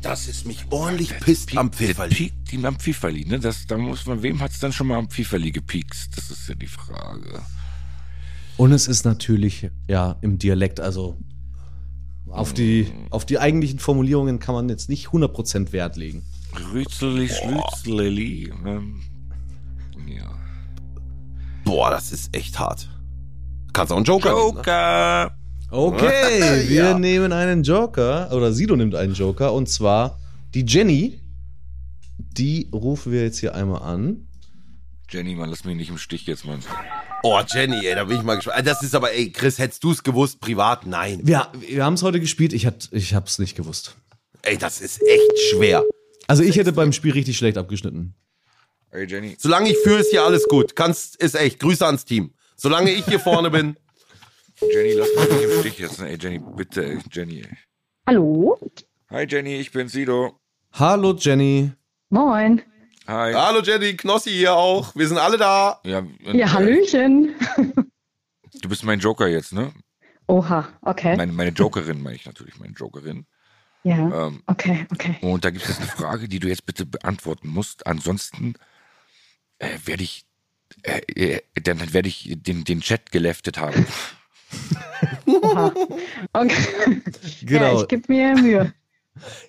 Das ist mich ordentlich pisst am Pfifferli.
Piekt ihm am Pfifferli, ne? Das, da muss man, wem hat's dann schon mal am Pfifferli gepiekst? Das ist ja die Frage.
Und es ist natürlich ja im Dialekt, also auf die, auf die eigentlichen Formulierungen kann man jetzt nicht 100% Wert legen.
Rützeli, Schlützleli. Ähm, ja.
Boah, das ist echt hart. Kannst auch einen Joker. nehmen, Ne?
Joker!
[LAUGHS] Okay, wir
Ja.
nehmen einen Joker, oder Sido nimmt einen Joker, und zwar die Jenny. Die rufen wir jetzt hier einmal an.
Jenny, Mann, lass mich nicht im Stich jetzt, Mann.
Oh, Jenny, ey, da bin ich mal gespannt. Ah, Das ist aber, ey, Chris, hättest du's gewusst, privat? Nein.
Wir, wir haben es heute gespielt, ich, hat, ich habe es nicht gewusst.
Ey, das ist echt schwer.
Also ich hätte beim Spiel richtig schlecht abgeschnitten.
Ey, Jenny.
Solange ich führe, ist hier alles gut. Kannst, ist echt. Grüße ans Team. Solange ich hier
[LAUGHS]
vorne bin.
Jenny, lass mich nicht im Stich jetzt. ne? Ey, Jenny, bitte, ey, Jenny. ey.
Hallo?
Hi, Jenny, ich bin Sido.
Hallo Jenny.
Moin.
Hi.
Hallo Jenny, Knossi hier auch. Wir sind alle da.
Ja, und,
Ja, Hallöchen.
äh, Du bist mein Joker jetzt, ne?
Oha, okay.
Meine, meine Jokerin, meine ich natürlich, meine Jokerin.
ja,
Ähm,
okay, okay.
und da gibt es jetzt eine Frage, die du jetzt bitte beantworten musst. Ansonsten äh, werde ich, äh, äh, dann werde ich den, den Chat geleftet haben.
Oha. okay. Ja,
Genau.
ich gebe mir Mühe.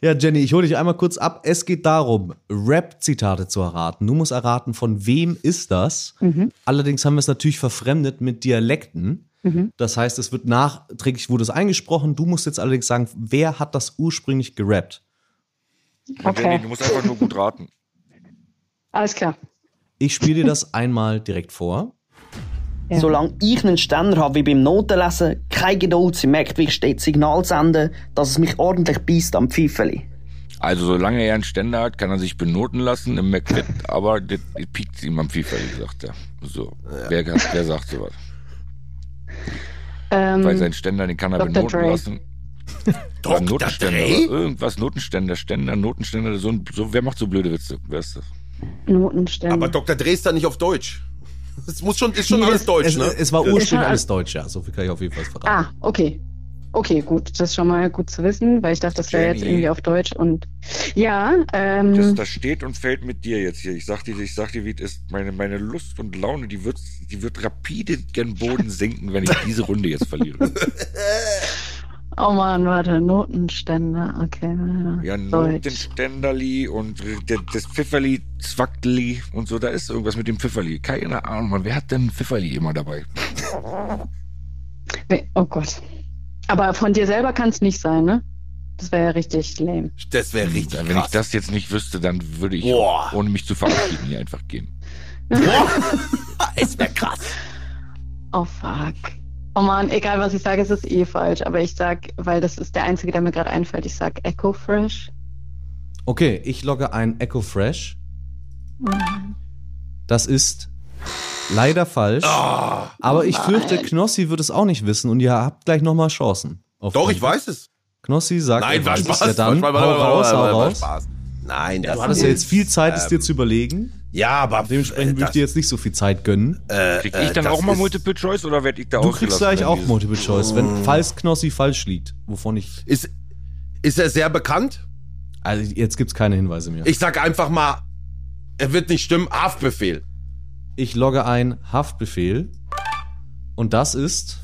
Ja, Jenny, ich hole dich einmal kurz ab. Es geht darum, Rap-Zitate zu erraten. Du musst erraten, von wem ist das?
Mhm.
Allerdings haben wir es natürlich verfremdet mit Dialekten.
Mhm.
Das heißt, es wird nachträglich, wurde es eingesprochen. Du musst jetzt allerdings sagen, wer hat das ursprünglich gerappt?
Und
Okay.
Jenny, du musst einfach nur gut raten.
Alles klar.
Ich spiele dir
[LAUGHS]
das einmal direkt vor.
Ja.
Solange ich einen Ständer habe wie beim Notenlesen, keine Geduld, sie merkt, wie ich stets Signal sende, dass es mich ordentlich beißt am Pfeifeli.
Also solange er einen Ständer hat, kann er sich benoten lassen im McFit, aber das piekt ihm am FIFA, wie gesagt er. So, wer, hat- wer sagt sowas?
Ähm,
Weil sein Ständer, den kann er
Dr.
benoten
Dre.
lassen. Oder Notenständer,
Dre?
oder irgendwas, Notenständer, Ständer, Notenständer, so, ein- so, wer macht so blöde Witze? Wer ist das?
Notenständer.
Aber Dr. Dresdner nicht auf Deutsch. Es muss schon, ist schon
Nee,
alles Deutsch,
Es,
ne?
es war
Ja.
ursprünglich alles Deutsch, ja. So viel kann ich auf jeden Fall verraten.
ah, okay. Okay, gut. Das ist schon mal gut zu wissen, weil ich dachte, das wäre jetzt
Jenny.
irgendwie auf Deutsch und ja, ähm,
das? Das steht und fällt mit dir jetzt hier. Ich sag dir, ich sag dir, wie es ist. Meine, meine Lust und Laune, die wird, die wird rapide gen Boden sinken, wenn ich diese Runde jetzt
[LAUGHS]
verliere.
oh Mann, warte, Notenständer, okay.
Ja,
Deutsch.
Notenständerli und der- das Pfifferli, Zwackli und so, da ist irgendwas mit dem Pfifferli. Keine Ahnung, Mann, wer hat denn Pfifferli immer dabei?
Nee, Oh Gott. Aber von dir selber kann es nicht sein, ne? Das wäre ja richtig lame.
Das wäre richtig
Hm, Wenn
krass.
ich das jetzt nicht wüsste, dann würde ich,
Boah.
ohne mich zu verabschieden, hier einfach gehen.
Es wäre krass.
Oh fuck. Oh Mann, egal was ich sage, es ist eh falsch. Aber ich sag, weil das ist der einzige, der mir gerade einfällt, ich sag Echo Fresh.
Okay, ich logge ein Echo Fresh. Das ist leider falsch. aber ich fürchte,
Ah, nein.
Knossi wird es auch nicht wissen und ihr habt gleich nochmal Chancen.
Doch, ich weiß es.
Knossi sagt,
Nein,
er
war
weiß es.
Spaß.
Ja, dann
war,
hau
war, war, war,
raus,
war,
hau
war
raus.
Spaß. Ähm, Nein,
Ja,
das
du hattest ja
ist,
jetzt viel Äh, Zeit, es dir zu überlegen.
Ja, aber
dementsprechend würde ich dir jetzt nicht so viel Zeit gönnen.
Krieg
Äh,
ich dann auch mal Multiple Choice oder werde ich da
Du kriegst
ausgelassen,
gleich
wenn
auch
dieses-
Multiple Choice,
Mm.
Oh.
wenn falls Knossi falsch liegt, wovon ich.
Ist, ist er sehr bekannt?
Also jetzt gibt's keine Hinweise mehr.
Ich sag einfach mal, er wird nicht stimmen, Haftbefehl.
Ich logge ein Haftbefehl. Und das ist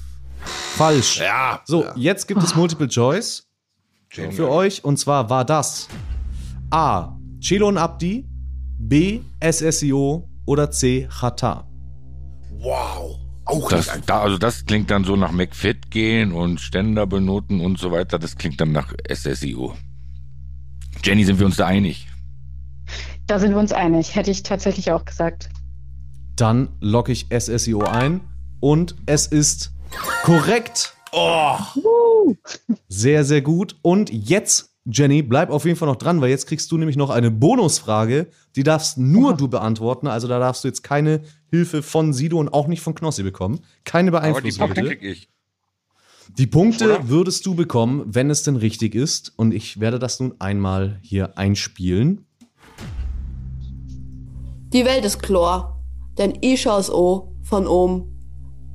falsch.
Ja.
So, jetzt gibt es Multiple Choice für euch. Und zwar war das A. Chelon Abdi, B. SSIO oder C. Chata.
Wow. Auch
das, da, also das klingt dann so nach McFit gehen und Ständer benoten und so weiter. Das klingt dann nach SSIO. Jenny, sind wir uns da einig?
Da sind wir uns einig. Hätte ich tatsächlich auch gesagt.
Dann logge ich SSIO ein. Und es ist korrekt.
Oh.
Sehr, sehr gut. Und jetzt, Jenny, bleib auf jeden Fall noch dran, weil jetzt kriegst du nämlich noch eine Bonusfrage. Die darfst nur du beantworten. Also da darfst du jetzt keine Hilfe von Sido und auch nicht von Knossi bekommen. Keine
Aber die
Beeinflussung.
Punkte
bitte.
krieg ich.
Die Punkte würdest du bekommen, wenn es denn richtig ist. Und ich werde das nun einmal hier einspielen.
Die Welt ist klar, denn ich schau's o von oben.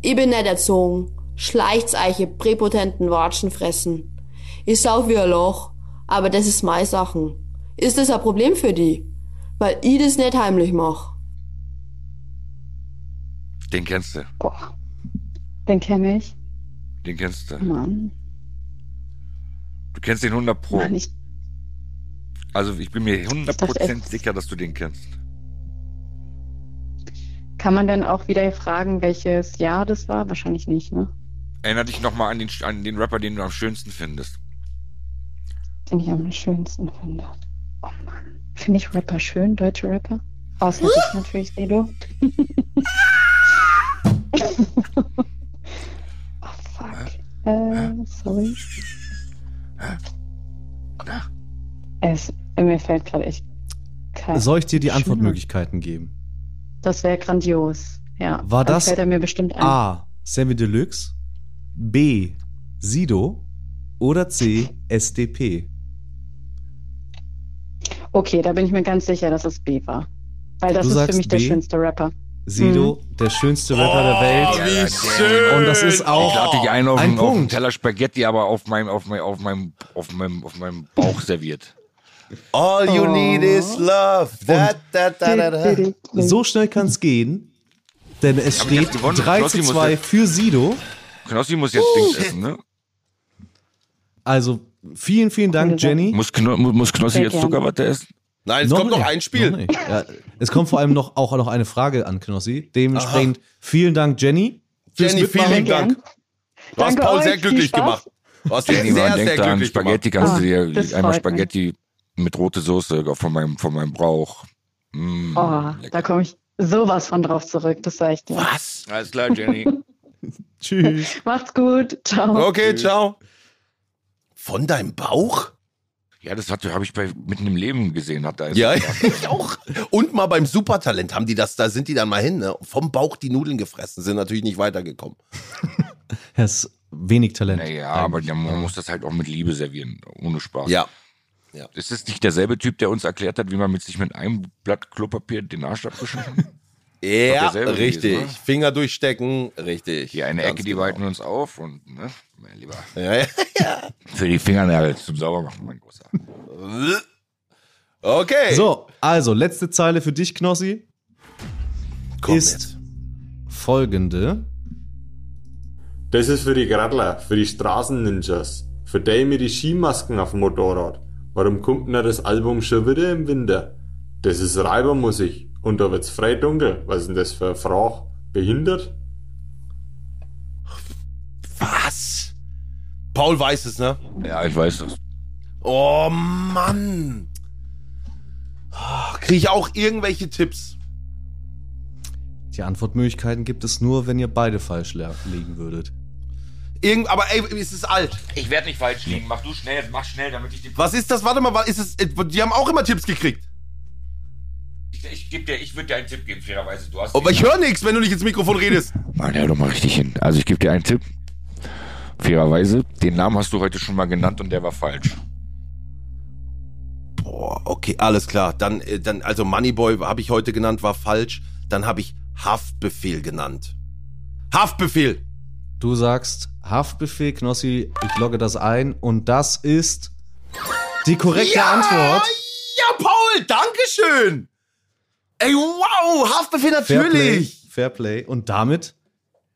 Ich bin net erzogen, schleicht's eiche präpotenten Watschen fressen. Ich sauf wie ein Loch, aber das ist mei Sachen. Ist das ein Problem für die? Weil ich das net heimlich mach.
Den kennst du.
Den kenne ich.
Den kennst du.
Mann.
Du kennst den 100 Pro.
Mann, ich-
Also ich bin mir
dachte
100% sicher, dass du den kennst.
Kann man dann auch wieder fragen, welches Jahr das war? Wahrscheinlich nicht, ne?
Erinner dich nochmal an den, an den Rapper, den du am schönsten findest.
Den ich am schönsten finde. Oh Mann. Finde ich Rapper schön, deutsche Rapper? [LAUGHS] Außer dich natürlich, [LAUGHS] Sedo. oh fuck. Äh, sorry. Es, mir fällt gerade echt kein.
Also-
Soll ich dir die
schöner-
Antwortmöglichkeiten geben?
Das wäre grandios. Ja.
War
dann
das
Fällt er mir bestimmt ein.
Ah.
A. Sammy Deluxe. B. Sido. Oder C. SDP.
Okay, da bin ich mir ganz sicher, dass es B war. Weil das
Du
ist für
sagst
mich der
B?
schönste Rapper.
Sido, der schönste Rapper der Welt.
Ja,
schön. Und das ist auch
Oh, Ich lade dich Oh, ein auf,
ein
einen, auf einen
Punkt.
Teller Spaghetti, aber auf meinem, auf meinem, auf meinem, auf meinem, auf meinem Bauch serviert.
All you
Oh.
need is love. Da, da, da, da, da.
So schnell kann es gehen, denn es
Aber ich hab
steht
gewonnen.
3
Knossi
zu
muss
2
jetzt-
für Sido.
Knossi muss jetzt
Uh.
Dings essen, ne?
Also vielen, vielen Dank, Jenny.
Muss, Kno mu- muss Knossi
Sehr
jetzt
gerne.
Zuckerwatte essen?
Nein, es kommt noch ein Spiel.
nicht. ja, es kommt vor allem noch, auch noch eine Frage an Knossi. Dementsprechend vielen Dank, Jenny. fürs
Jenny,
Mitmachen.
vielen Dank. Du hast
Danke
Paul
euch,
sehr
viel
glücklich
Spaß.
gemacht. Du hast ihn
Jenny,
sehr,
man
sehr
denkt an
glücklich
Spaghetti,
gemacht.
kannst du dir
Ah, das
einmal
freut mich.
Spaghetti mit rote Soße von meinem, von meinem Brauch. Mm.
Oh, da komme ich sowas von drauf zurück, das sage ich dir.
Was?
Alles klar, Jenny.
Tschüss.
Macht's gut. Ciao.
Okay, ciao. Von deinem Bauch?
[LAUGHS] Ja, das habe ich bei mitten im Leben gesehen. Hat da
[LAUGHS] Ja, ich auch. Und mal beim Supertalent haben die das, da sind die dann mal hin, ne? Vom Bauch die Nudeln gefressen, sind natürlich nicht weitergekommen.
Er ist wenig Talent.
Naja, aber ja, man muss das halt auch mit Liebe servieren, ohne Spaß.
Ja.
Ist es nicht derselbe Typ, der uns erklärt hat, wie man mit sich mit einem Blatt Klopapier den Arsch abwischen [LAUGHS] kann?
Ja,
Doch derselbe
richtig.
gewesen, ne?
Finger durchstecken, richtig. Hier
Eine Ecke, die weiten uns auf und, ne, mein Lieber.
Ja, ja, ja.
Für die Fingernägel zum Saubermachen, mein Großer.
Okay.
So, also letzte Zeile für dich, Knossi. ist folgende.
Das ist für die Gradler, für die Straßen-Ninjas, für die mit die Skimasken auf dem Motorrad. Warum kommt denn das Album schon wieder im Winter? Das ist Reibermusik und da wird's frei dunkel. Was ist denn das für eine Frage? Behindert?
Was? Paul weiß es, ne?
Ja, ich weiß das.
Oh Mann. Kriege ich auch irgendwelche Tipps?
Die Antwortmöglichkeiten gibt es nur, wenn ihr beide falsch le- liegen würdet.
Irgend, aber ey, es ist alt.
Ich werde nicht falsch liegen. Mach du schnell, mach schnell, damit ich die.
Was ist das? Warte mal, wa- ist es, äh, die haben auch immer Tipps gekriegt.
Ich, ich, geb dir- ich würde dir einen Tipp geben, fairerweise. Du hast.
Oh, Aber ich höre nichts, wenn du nicht ins Mikrofon redest.
Oh, Mann, hör doch mal richtig hin. Also ich gebe dir einen Tipp. Fairerweise, den Namen hast du heute schon mal genannt und der war falsch.
Boah, okay, alles klar. Dann, äh, dann also Moneyboy habe ich heute genannt, war falsch. Dann habe ich Haftbefehl genannt. Haftbefehl!
Du sagst Haftbefehl, Knossi, ich logge das ein und das ist die korrekte
Ja!
Antwort.
Ja, Paul, Dankeschön! Ey, wow, Haftbefehl natürlich!
Fairplay. Fairplay. Und damit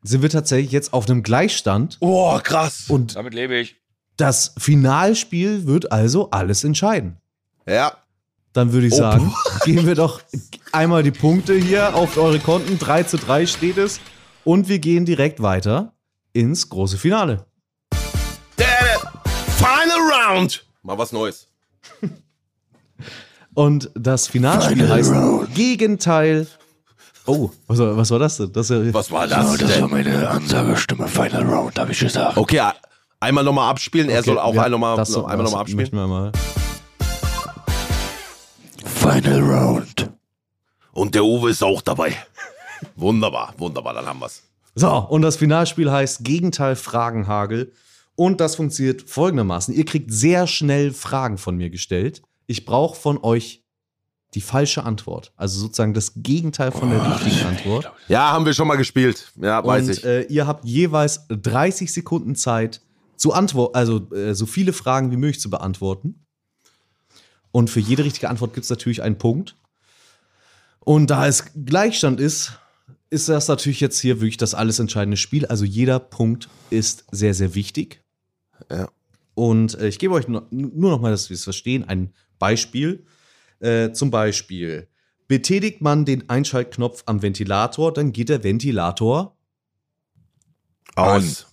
sind wir tatsächlich jetzt auf einem Gleichstand.
Oh, krass.
Und
damit lebe ich.
Das Finalspiel wird also alles entscheiden.
Ja.
Dann würde ich
Oh,
sagen,
[LAUGHS]
gehen wir doch einmal die Punkte hier auf eure Konten. 3 zu 3 steht es. Und wir gehen direkt weiter ins große Finale.
Final Round! Mal was Neues.
Und das Finalspiel heißt Gegenteil. Oh, was, war- was war das denn? Das, was
war das So, das denn? war
meine Ansagestimme. Final Round, habe ich gesagt.
Okay, ja, einmal nochmal abspielen. er soll auch
ja,
einmal nochmal
das soll-
einmal
das
noch mal abspielen.
möchten wir mal.
Final Round. Und der Uwe ist auch dabei. wunderbar, wunderbar, dann haben wir's.
So, und das Finalspiel heißt Gegenteil Fragenhagel. Und das funktioniert folgendermaßen. Ihr kriegt sehr schnell Fragen von mir gestellt. Ich brauche von euch die falsche Antwort. Also sozusagen das Gegenteil von der richtigen Antwort.
Ja, haben wir schon mal gespielt. Ja, weiß
und
ich.
Äh, ihr habt jeweils 30 Sekunden Zeit, zu antwort also äh, so viele Fragen wie möglich zu beantworten. Und für jede richtige Antwort gibt es natürlich einen Punkt. Und da es Gleichstand ist, ist das natürlich jetzt hier wirklich das alles entscheidende Spiel. Also jeder Punkt ist sehr, sehr wichtig. Und äh, ich gebe euch nur, nur noch mal, dass wir es verstehen, ein Beispiel. Äh, zum Beispiel betätigt man den Einschaltknopf am Ventilator, dann geht der Ventilator
Aus.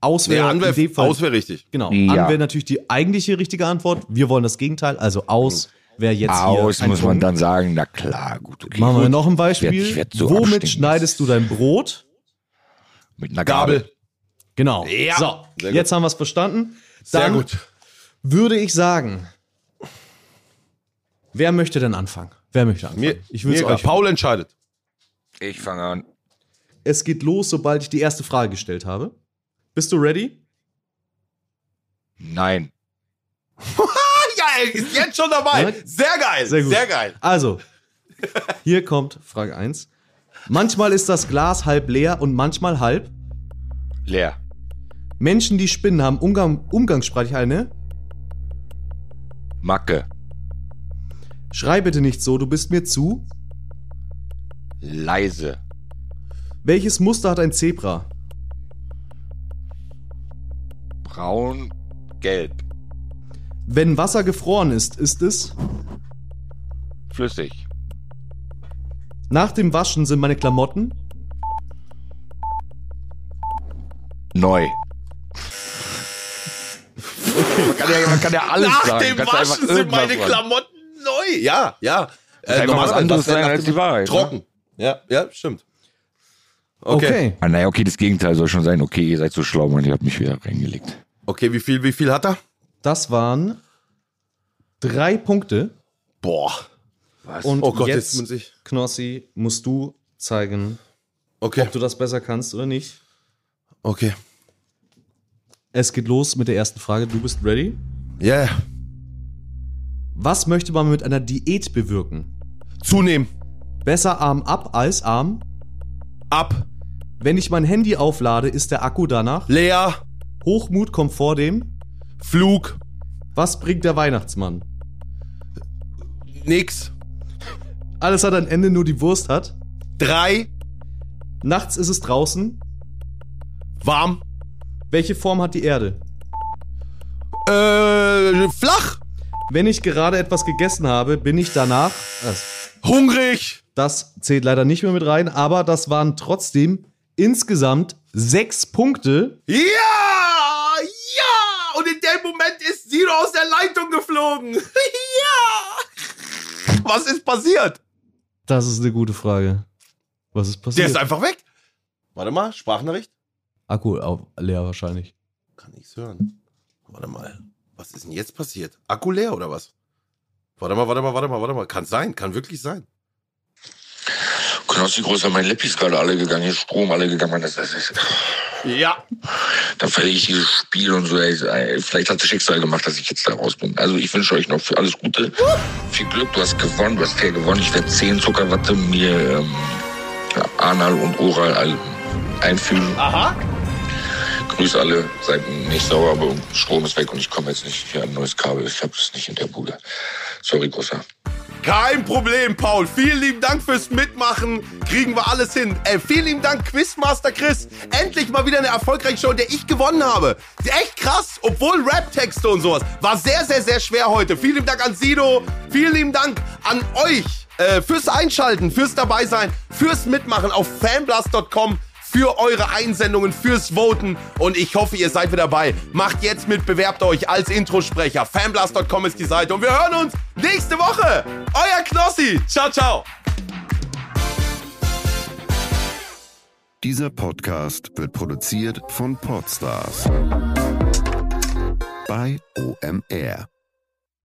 aus
Nee,
wäre
an wär-
in dem Fall-
aus wäre richtig.
Genau.
Ja.
An wäre natürlich die eigentliche richtige Antwort. Wir wollen das Gegenteil. Also aus wäre jetzt
Hm. Aus
hier ein
muss man
Punkt.
dann sagen, na klar, gut, okay.
Machen wir
gut.
noch ein
Ich werd-
Beispiel.
ich werd so
Womit
abstinken.
schneidest du dein Brot?
Mit einer Gabel.
Genau.
Ja.
So,
Sehr gut.
jetzt haben wir es verstanden.
Sehr
Dann
gut.
würde ich sagen, wer möchte denn anfangen? Wer möchte anfangen?
Mir,
ich will's
mir egal.
euch.
Paul entscheidet.
Ich fange an.
Es geht los, sobald ich die erste Frage gestellt habe. Bist du ready?
Nein.
ja, er ist jetzt schon dabei. Sehr geil. Sehr,
gut.
geil.
Also, hier kommt Frage 1. Manchmal ist das Glas halb leer und manchmal halb
Leer.
Menschen, die Spinnen haben, Umgang, umgangssprachlich eine.
Macke.
Schrei bitte nicht so, du bist mir zu.
Leise.
Welches Muster hat ein Zebra?
Braun. Gelb.
Wenn Wasser gefroren ist, ist es.
Flüssig.
Nach dem Waschen sind meine Klamotten.
Neu. Man kann ja, man kann ja alles
Nach
sagen.
dem
Kannst ja einfach
Waschen sind
irgendwas
meine
sagen.
Klamotten neu. Ja, ja. Äh,
Ist einfach was anderes
was denn
sein
nach
als
dem-
die Wahrheit, ne?
Trocken. Ja, ja, stimmt.
Okay.
Ah, naja, okay, das Gegenteil soll schon sein. Okay, ihr seid so schlau, Mann, ihr habt mich wieder reingelegt.
Okay, wie viel, wie viel hat er?
Das waren drei Punkte.
Boah.
Was?
Und
Oh Gott,
jetzt,
jetzt muss ich-
Knossi, musst du zeigen,
okay.
ob du das besser kannst oder nicht.
Okay.
Es geht los mit der ersten Frage. Du bist ready?
Ja. Yeah.
Was möchte man mit einer Diät bewirken?
Zunehmen.
Besser Arm ab als Arm
ab.
Wenn ich mein Handy auflade, ist der Akku danach
leer.
Hochmut kommt vor dem
Flug.
Was bringt der Weihnachtsmann?
Nix.
Alles hat ein Ende, nur die Wurst hat.
Drei.
Nachts ist es draußen.
Warm.
Welche Form hat die Erde?
Äh, flach.
Wenn ich gerade etwas gegessen habe, bin ich danach
hungrig.
Das zählt leider nicht mehr mit rein, aber das waren trotzdem insgesamt sechs Punkte.
Ja! Ja! Und in dem Moment ist Siro aus der Leitung geflogen. [LAUGHS] ja! Was ist passiert?
Das ist eine gute Frage. Was ist passiert?
Der ist einfach weg. Warte mal, Sprachnachricht.
Akku auf, leer wahrscheinlich.
Kann nichts hören. Warte mal. Was ist denn jetzt passiert? Akku leer oder was? Warte mal, warte mal, warte mal, warte mal. Kann sein, kann wirklich sein.
Knossi größer, mein Lippi ist gerade alle gegangen, hier Strom alle gegangen. Das, das ist,
ja.
Da verliere ich dieses Spiel und so. Ey, vielleicht hat das Schicksal gemacht, dass ich jetzt da raus bin. Also ich wünsche euch noch für alles Gute, viel Glück. Du hast gewonnen, du hast fair gewonnen. Ich werde 10 Zuckerwatte mir ähm, anal und oral all- einfügen.
Aha.
Grüß alle, seid nicht sauer, aber Strom ist weg und ich komme jetzt nicht hier an ein neues Kabel. Ich habe das nicht in der Bude. Sorry, großer.
Kein
Problem, Paul. Vielen lieben Dank fürs Mitmachen. Kriegen wir alles hin. Ey, vielen lieben Dank, Quizmaster Chris. Endlich mal wieder eine erfolgreiche Show, in der ich gewonnen habe. Echt krass, obwohl Rap-Texte und sowas. War sehr, sehr, sehr schwer heute. Vielen lieben Dank an Sido. Vielen lieben Dank an euch äh, fürs Einschalten, fürs Dabeisein, fürs Mitmachen auf fanblast.com für eure Einsendungen, fürs Voten und ich hoffe, ihr seid wieder dabei. Macht jetzt mit, bewerbt euch als Introsprecher. Fanblast.com ist die Seite und wir hören uns nächste Woche. Euer Knossi. Ciao, ciao.
Dieser Podcast wird produziert von Podstars bei OMR.